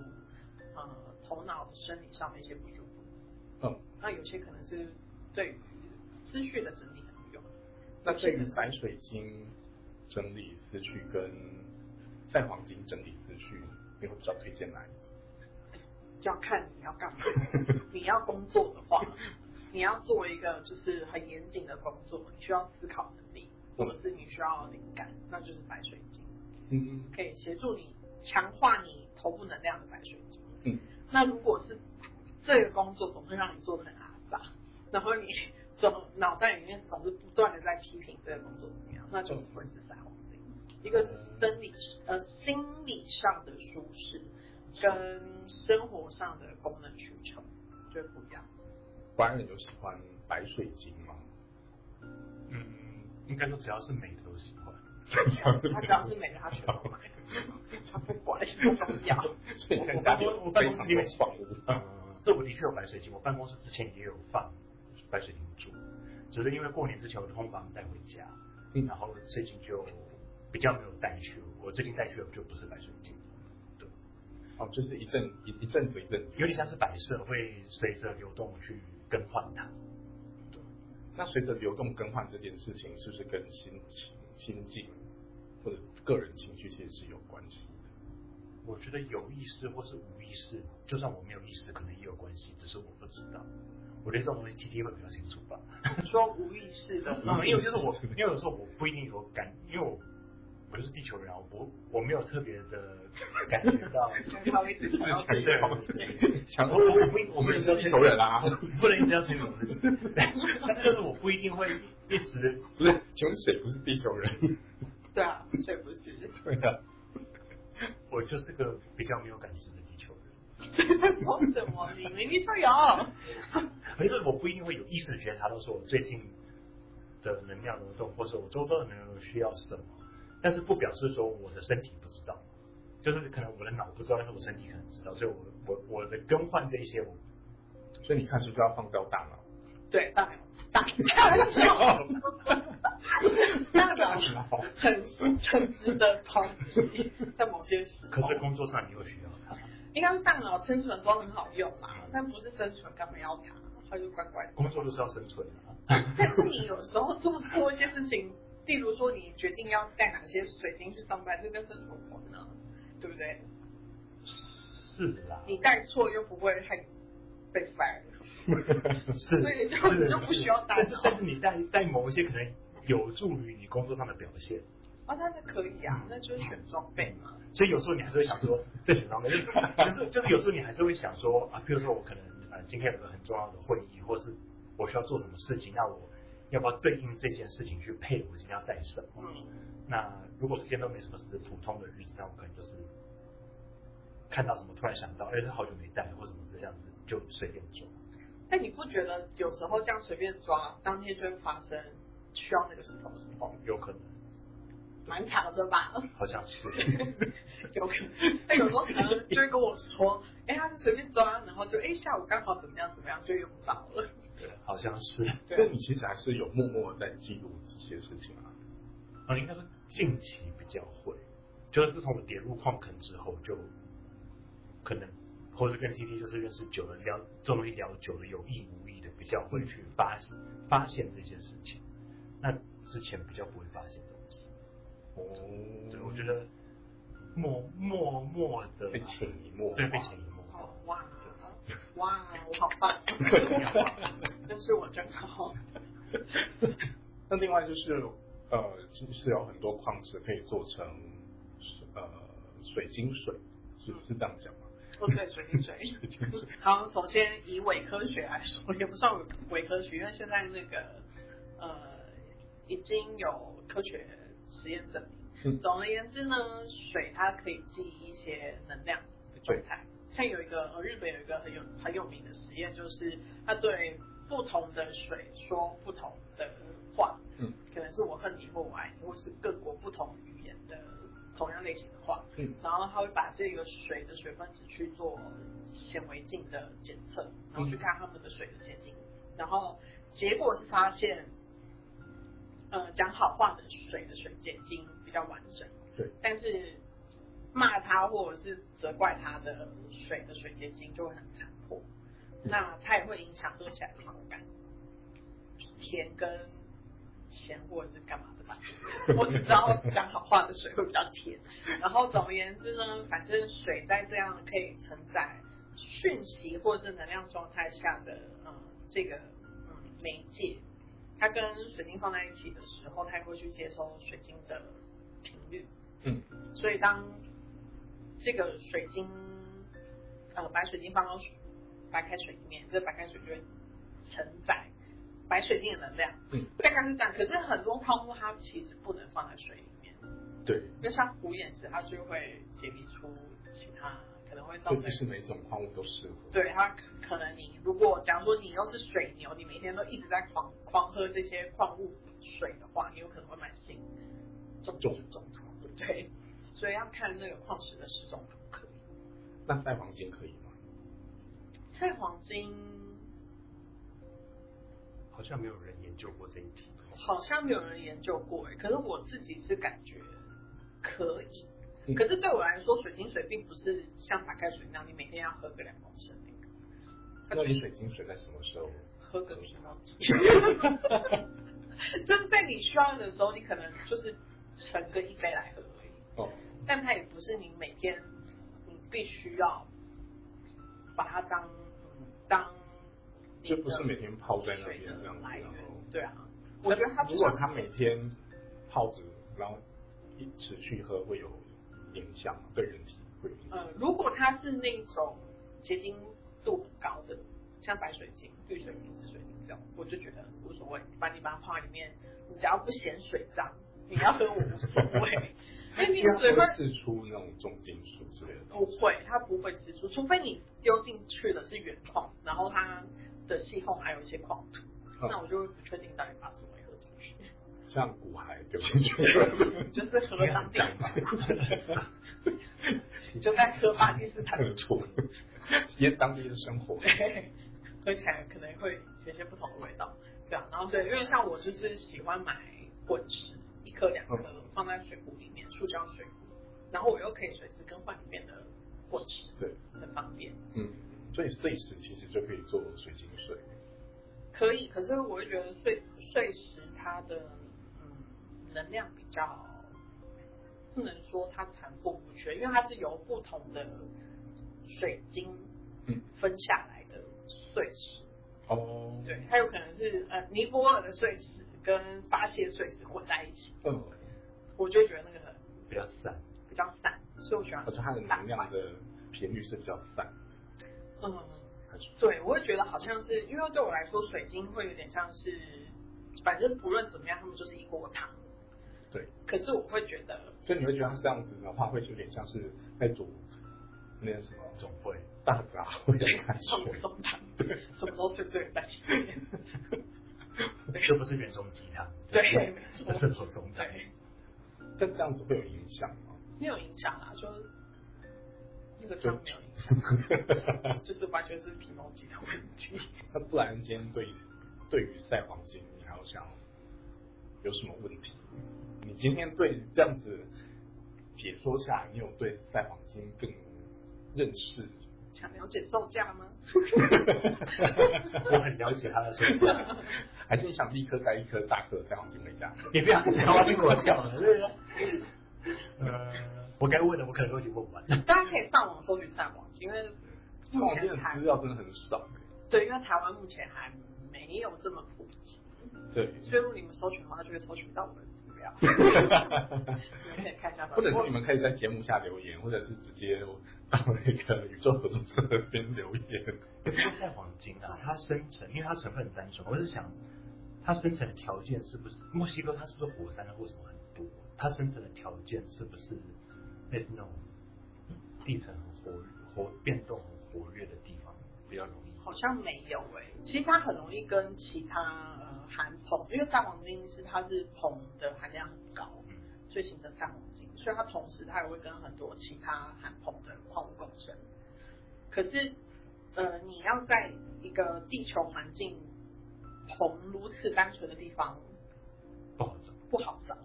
Speaker 2: 呃头脑生理上的一些不舒服。
Speaker 1: 嗯，
Speaker 2: 那有些可能是对于思绪的整理很有用。
Speaker 1: 那对于白水晶整理思绪跟赛黄金整理思绪，你会比较推荐哪一个？
Speaker 2: 就要看你要干嘛。你要工作的话，你要做一个就是很严谨的工作，你需要思考能力，或者是你需要灵感，那就是白水晶，
Speaker 1: 嗯
Speaker 2: 可以协助你强化你头部能量的白水晶。
Speaker 1: 嗯，
Speaker 2: 那如果是这个工作总会让你做的很阿杂，然后你 总脑袋里面总是不断的在批评这个工作怎么样，那就不会是彩虹晶。一个是生理呃心理上的舒适，跟生活上的功能需求就不一样。
Speaker 1: 白人有喜欢白水晶吗？
Speaker 3: 嗯，应该说只要是美的都喜欢。
Speaker 2: 他只要是美的，他全都买，他不管 不重要。
Speaker 1: 所以你看家里
Speaker 3: 我我我
Speaker 1: 非常多房屋，
Speaker 3: 嗯，对，我的确有白水晶，我办公室之前也有放白水晶柱，只是因为过年之前我通常带回家，
Speaker 1: 嗯
Speaker 3: 然后最近就比较没有带去。我最近带去的就不是白水晶，对，
Speaker 1: 哦，就是一阵一一阵子一阵子。
Speaker 3: 有点像是摆设，会随着流动去更换它。
Speaker 1: 那随着流动更换这件事情，是不是跟心情、心境或者个人情绪其实是有关系的？
Speaker 3: 我觉得有意识或是无意识，就算我没有意识，可能也有关系，只是我不知道。我对这种东西 T T 会比较清楚吧。
Speaker 2: 你说无意识的
Speaker 3: 嗯
Speaker 2: 吗？
Speaker 3: 因为就是我，因为有时候我不一定有感，因为我我就是地球人啊，我不我没有特别的感觉到。
Speaker 2: 他会一直想要自己
Speaker 3: 对，我
Speaker 1: 想
Speaker 3: 我
Speaker 1: 说
Speaker 3: 我不我不能
Speaker 1: 是地球人啊，
Speaker 3: 不能一直要吹牛的， 但是就是我不一定会一直
Speaker 1: 不是，请问谁不是地球 人？
Speaker 2: 对啊，所以不是。
Speaker 1: 对啊，
Speaker 3: 我就是个比较没有感知的地球人，
Speaker 2: 在说什么？你明明就有。
Speaker 3: 而且我不一定会有意识的觉察到说我最近的能量流动，或者我周遭的能量流动需要什么，但是不表示说我的身体不知道，就是可能我的脑不知道，但是我身体可能知道，所以我我我的更换这一些我
Speaker 1: 所以你看是不是要放到大脑？
Speaker 2: 对，大脑，大脑，大脑 很很值得抨击，在某些时候。
Speaker 3: 可是工作上你又需要它，
Speaker 2: 应该是大脑生存都很好用啦，但不是生存干嘛要它？它就乖乖的。
Speaker 3: 工作就是要生存啊。
Speaker 2: 但是你有时候做做一些事情，例如说你决定要带哪些水晶去上班，这跟生存有关呢，对不对？
Speaker 3: 是啦，
Speaker 2: 你带错又不会害你被 fire，
Speaker 3: 是，
Speaker 2: 所以就是你就不需要大脑
Speaker 3: 是但是你带带某一些可能有助于你工作上的表现，
Speaker 2: 啊，那是可以啊，那就是选装备嘛。
Speaker 3: 所以有时候你还是会想说，这选上面 就是就是有时候你还是会想说啊，比如说我可能呃今天有个很重要的会议，或是我需要做什么事情，那我要不要对应这件事情去配我今天要带什么？
Speaker 2: 嗯，
Speaker 3: 那如果今天都没什么事，普通的日子，那我可能就是看到什么突然想到，哎，好久没带了或什么这样子，就随便做。
Speaker 2: 但你不觉得有时候这样随便抓，当天就会发生需要那个石头的时候，
Speaker 3: 有可能，
Speaker 2: 蛮长的吧？
Speaker 3: 好像是，
Speaker 2: 有可能，但有时候可能就会跟我说，哎、他就随便抓，然后就哎、下午刚好怎么样怎么样就用到了。
Speaker 3: 对，好像是。
Speaker 1: 所以你其实还是有默默地在记录这些事情啊。
Speaker 3: 啊，应该说近期比较会，就是自从我跌入矿坑之后，就可能或者跟 T T 就是认识久了，聊这种东西聊久了，有意无意的比较会去发发现这些事情。那之前比较不会发现这种事，
Speaker 1: 哦，
Speaker 3: 对，我觉得默默默的
Speaker 1: 被潜移默化
Speaker 3: 对被潜移默
Speaker 2: 哦
Speaker 3: 化。
Speaker 2: 哇哇，我好棒！但是我真好，
Speaker 1: 那另外就是呃，其实有很多矿石可以做成呃水晶水，是是这样讲吗？
Speaker 2: 我对水晶水。
Speaker 1: 水晶水
Speaker 2: 好，首先以伪科学来说，也不算伪伪科学，因为现在那个呃已经有科学实验证明。
Speaker 1: 嗯
Speaker 2: 总而言之呢，水它可以记忆一些能量的状态。像有一个呃，日本有一个很有很有名的实验，就是它对不同的水说不同的话，
Speaker 1: 嗯，
Speaker 2: 可能是我恨你或我爱你，或是各国不同语言的同样类型的话，
Speaker 1: 嗯，
Speaker 2: 然后他会把这个水的水分子去做显微镜的检测，
Speaker 1: 嗯
Speaker 2: 然后去看他们的水的结晶，然后结果是发现，呃，讲好话的水的水结晶比较完整，
Speaker 1: 对，
Speaker 2: 但是骂他或者是责怪他的水的水结晶就会很残破，那它也会影响喝起来的口感，甜跟咸或者是干嘛的吧。我只知道讲好话的水会比较甜。然后总而言之呢，反正水在这样可以承载呃讯息或者是能量状态下的呃这个嗯媒介，它跟水晶放在一起的时候，它也会去接收水晶的频率。
Speaker 1: 嗯，
Speaker 2: 所以当这个水晶，呃，白水晶放到水白开水里面，这白开水就会承载白水晶的能量。
Speaker 1: 嗯，
Speaker 2: 大概是这样。可是很多泡沫它其实不能放在水里面，
Speaker 1: 对，
Speaker 2: 因为像虎眼石，它就会解离出其他可能会造
Speaker 1: 这
Speaker 2: 成
Speaker 1: 就是每种矿物都适合。
Speaker 2: 对它可可能你如果假如说你又是水牛，你每天都一直在狂狂喝这些矿物水的话，你有可能会慢性中毒中毒，对，所以要看那个矿石的时钟图可以。
Speaker 1: 那赛黄金可以吗？
Speaker 2: 看黄金
Speaker 4: 好像没有人研究过这一题。
Speaker 2: 好像没有人研究过哎，可是我自己是感觉可以
Speaker 1: 嗯。
Speaker 2: 可是对我来说，水晶水并不是像白开水那样，你每天要喝个两公升，
Speaker 1: 那你水晶水在什么时候？
Speaker 2: 喝个什 么？ 就是在你需要的时候，你可能就是盛个一杯来喝而已。
Speaker 1: 哦，
Speaker 2: 但它也不是你每天你必须要把它当嗯当
Speaker 1: 就不是每天泡在那
Speaker 2: 水
Speaker 1: 边
Speaker 2: 的
Speaker 1: 这样子，
Speaker 2: 来
Speaker 1: 然
Speaker 2: 源
Speaker 1: 后。
Speaker 2: 对啊，我觉得它
Speaker 1: 如
Speaker 2: 不
Speaker 1: 果
Speaker 2: 像
Speaker 1: 他每天泡着，然后一持续喝，会有影响吗对人体会有影响
Speaker 2: 呃，。如果它是那种结晶度很高的，像白水晶、绿水晶、紫水晶这种，我就觉得无所谓，把你把它泡在里面，你只要不嫌水脏，你要喝我无所 谓，呃因为你水分
Speaker 1: 会释出那种重金属之类的
Speaker 2: 不
Speaker 1: 东西。
Speaker 2: 会，它不会吃出，除非你丢进去的是原矿，然后它的系统还有一些矿土，
Speaker 1: 嗯
Speaker 2: 那我就会不确定到底把什么喝进去，
Speaker 1: 像骨骸丢进去，
Speaker 2: 就是喝当地你就在喝巴基斯坦的
Speaker 1: 很
Speaker 2: 土
Speaker 1: 土，，体验当地的生活。
Speaker 2: 对， 喝起来可能会有一些不同的味道，对啊，然后对，因为像我就是喜欢买滚石，一颗两颗
Speaker 1: 嗯
Speaker 2: 放在水壶里面，塑胶水壶，然后我又可以随时更换里面的滚石，
Speaker 1: 对，
Speaker 2: 很方便。
Speaker 1: 嗯，所以碎石其实就可以做水晶水。
Speaker 2: 可以，可是我会觉得碎碎石它的嗯能量比较，不能说它残破不缺，因为它是由不同的水晶
Speaker 1: 嗯
Speaker 2: 分下来的碎石，
Speaker 1: 哦，
Speaker 2: 对，它有可能是呃尼泊尔的碎石跟巴西的碎石混在一起，
Speaker 1: 嗯，
Speaker 2: 我就会觉得那个
Speaker 4: 比较散，
Speaker 2: 比较散，所以我喜欢
Speaker 1: 而且它的能量的频率是比较散，
Speaker 2: 嗯，
Speaker 1: 还是
Speaker 2: 对，我会觉得好像是因为对我来说，水晶会有点像是，反正不论怎么样，他们就是一锅汤。
Speaker 1: 对。
Speaker 2: 可是我会觉得，
Speaker 1: 所以你会觉得它这样子的话，会有点像是在煮那个什么
Speaker 4: 总会
Speaker 1: 大杂烩的感
Speaker 2: 哎送
Speaker 1: 觉。
Speaker 2: 送汤，什么都碎碎在里面。
Speaker 4: 这不是原种鸡汤，
Speaker 2: 对， 没
Speaker 4: 这是
Speaker 2: 错，
Speaker 4: 老松汤。
Speaker 2: 对，
Speaker 1: 但这样子会有影响吗？
Speaker 2: 没有影响啦，就是那个汤没有影响， 就是完全是皮毛肌的问题。
Speaker 1: 那不然今天对对于赛黄金，你还有想有什么问题？你今天对这样子解说下来，你有对赛黄金更认识？
Speaker 2: 想了解售价吗？
Speaker 4: 我很了解他的身份，
Speaker 1: 还是你想立刻带一颗大颗的赛黄金回家？
Speaker 4: 你不要聊听我讲了，对不对？呃，我该问的我可能都已经问完了。
Speaker 2: 大家可以上网搜去赛网，因为
Speaker 1: 赛
Speaker 2: 目
Speaker 1: 黄金
Speaker 2: 前
Speaker 1: 的
Speaker 2: 台
Speaker 1: 资料真的很少、欸
Speaker 2: 对，因为台湾目前还没有这么普及，
Speaker 1: 对，
Speaker 2: 所以如果你们搜寻的话，就会搜寻到我的 资料。你们可以看一下吧，
Speaker 1: 或者是你们可以在节目下留言，或者是直接到那个宇宙合作社那边留言。
Speaker 4: 太黄金啊，它生成，因为它成分很单纯，我是想它生成的条件是不是墨西哥它是不是火山或什么很多？它生成的条件是不是类似那种地层很活活变动很活跃的地方比较容易？
Speaker 2: 好像没有诶、其实它很容易跟其他呃含硼，因为大黄金是它是硼的含量很高，
Speaker 4: 嗯
Speaker 2: 所以形成大黄金，所以它同时它也会跟很多其他含硼的矿物共生。可是呃，你要在一个地球环境硼如此单纯的地方
Speaker 4: 不好找。
Speaker 2: 不好找，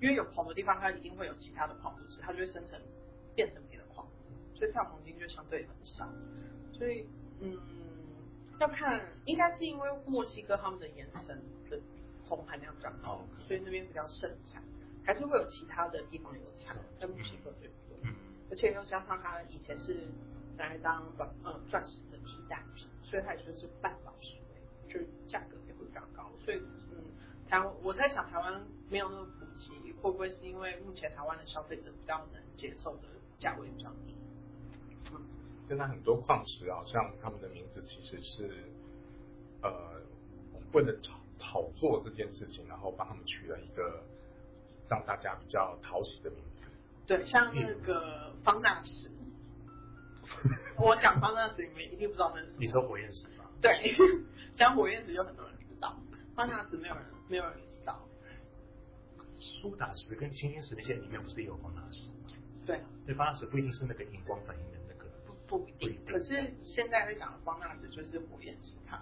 Speaker 2: 因为有硼的地方，它一定会有其他的矿物质，它就会生成变成别的矿物，所以上黄金就相对很少。所以，嗯，要看，应该是因为墨西哥他们的延伸的铜含量比较高，
Speaker 4: 哦，
Speaker 2: 所以那边比较盛产，还是会有其他的地方有产，但墨西哥最多。
Speaker 4: 嗯，
Speaker 2: 而且又加上它以前是拿来当软呃钻石的替代品，所以它也算是半宝石类，就是价格也会比较高，所以嗯，台湾我在想台湾没有那么普及，会不会是因为目前台湾的消费者比较能接受的价位比较低？嗯
Speaker 1: 现在很多矿石好像他们的名字其实是，呃，为了炒炒作这件事情，然后帮他们取了一个让大家比较讨喜的名字。
Speaker 2: 对，像那
Speaker 4: 嗯
Speaker 2: 个方大石，我讲方大石，你们一定不知道那是什么。
Speaker 4: 你说火焰石吗？
Speaker 2: 对，讲火焰石就很多人知道，方大石没有人没有人知道。
Speaker 4: 苏打石跟青天石那些里面不是也有方大石吗？
Speaker 2: 对，啊
Speaker 4: 对，方大石不一定是那个荧光反应的那个，
Speaker 2: 不不一定。
Speaker 4: 不一定
Speaker 2: 可是现在在讲的方大石就是火焰石，它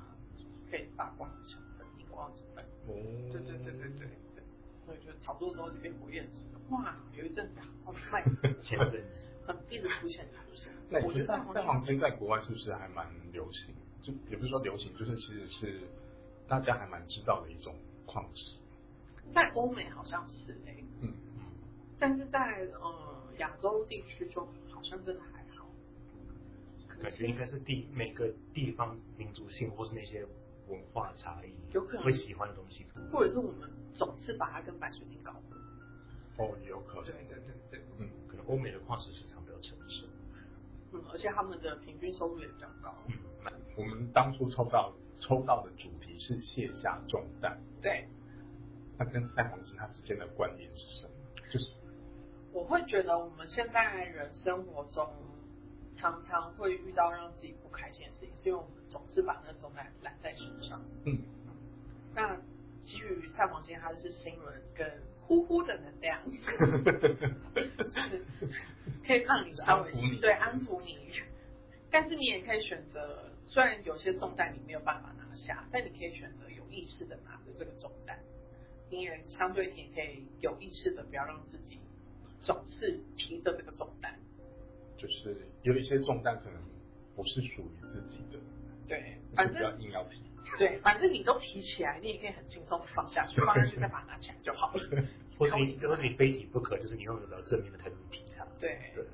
Speaker 2: 可以发光的成分，荧光成分。
Speaker 1: 嗯，
Speaker 2: 对对对对对对，所以就炒作之后就变火焰石了。哇，有一阵子好卖，
Speaker 4: 前阵子
Speaker 2: 很一直出现出现。
Speaker 1: 那
Speaker 2: 我
Speaker 1: 我觉
Speaker 2: 觉
Speaker 1: 得
Speaker 2: 得
Speaker 1: 蛋蛋黄酥在国外是不是还蛮流行？就也不是说流行，就是其实是大家还蛮知道的一种矿石。
Speaker 2: 在欧美好像是哎、
Speaker 1: 嗯，
Speaker 2: 但是在呃亚洲地区就好像真的还好，可能
Speaker 4: 感觉应该是地每个地方民族性或是那些文化差异，
Speaker 2: 有可能
Speaker 4: 会喜欢的东西不一样。
Speaker 2: 或者是我们总是把它跟白水晶搞混。
Speaker 1: 哦，也有可能。
Speaker 2: 对对对，
Speaker 1: 嗯，
Speaker 4: 可能欧美的矿石市场比较成熟，
Speaker 2: 嗯，而且他们的平均收入也比较高。
Speaker 4: 嗯，蛮
Speaker 1: 我们当初抽到抽到的主题是卸下重担，
Speaker 2: 对，
Speaker 1: 那跟蛋黄酥它之间的关联是什么？就是
Speaker 2: 我会觉得我们现在人生活中常常会遇到让自己不开心的事情，是因为我们总是把那种揽揽在手上。
Speaker 1: 嗯，
Speaker 2: 那基于赛黄金，它就是新闻跟呼呼的能量，就是 可以让你稍微
Speaker 1: 安抚你
Speaker 2: 对安抚你，但是你也可以选择，虽然有些重担你没有办法拿下，但你可以选择有意识的拿着这个重担，你也相对你也可以有意识的不要让自己总是提着这个重担。
Speaker 1: 就是有一些重担可能不是属于自己的，
Speaker 2: 对，
Speaker 1: 但
Speaker 2: 反
Speaker 1: 是不
Speaker 2: 正
Speaker 1: 要硬要提。
Speaker 2: 对，反正你都提起来，你也可以很轻松的放下去，放下去再把它拿起来就好了。
Speaker 4: 或者你或者你非己不可，就是你用一个比较正面的态度去提它。
Speaker 2: 对，
Speaker 4: 对，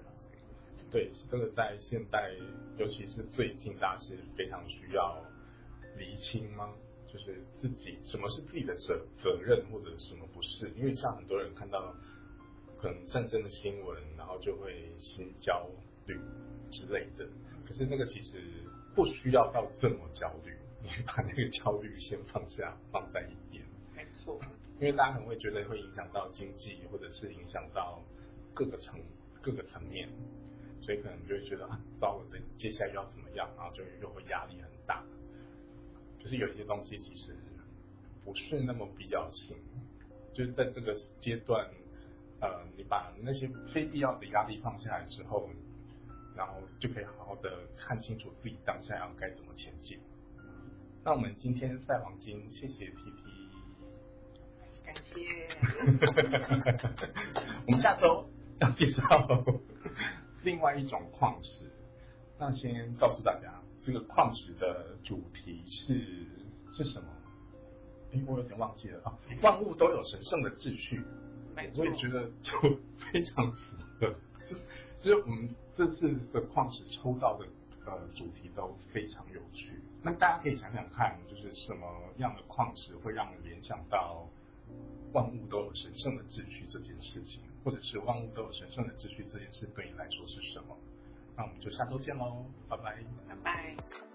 Speaker 1: 对，这个在现代，尤其是最近，大家是非常需要厘清吗？就是自己什么是自己的责责任，或者什么不是？因为像很多人看到可能战争的新闻，然后就会心焦虑之类的。可是那个其实不需要到这么焦虑，你把那个焦虑先放下，放在一边。
Speaker 2: 没错。
Speaker 1: 因为大家可能会觉得会影响到经济，或者是影响到各个层各个层面，所以可能就会觉得啊，糟了，这接下来要怎么样，然后就又会压力很大。可是有一些东西其实不是那么必要性，就是在这个阶段，呃，你把那些非必要的压力放下来之后，然后就可以好好的看清楚自己当下要该怎么前进。那我们今天赛黄金，谢谢 T T
Speaker 2: 感 谢。
Speaker 1: 我们下周要介绍 另外一种矿石。那先告诉大家，这个矿石的主题是是什么？哎，我有点忘记了啊。万物都有神圣的秩序，
Speaker 2: 没错
Speaker 1: 我也，觉得就非常符合。就是我们这次的矿石抽到的呃主题都非常有趣。那大家可以想想看，就是什么样的矿石会让人联想到万物都有神圣的秩序这件事情，或者是万物都有神圣的秩序这件事对你来说是什么？那我们就下周见喽，拜拜。
Speaker 2: 拜拜。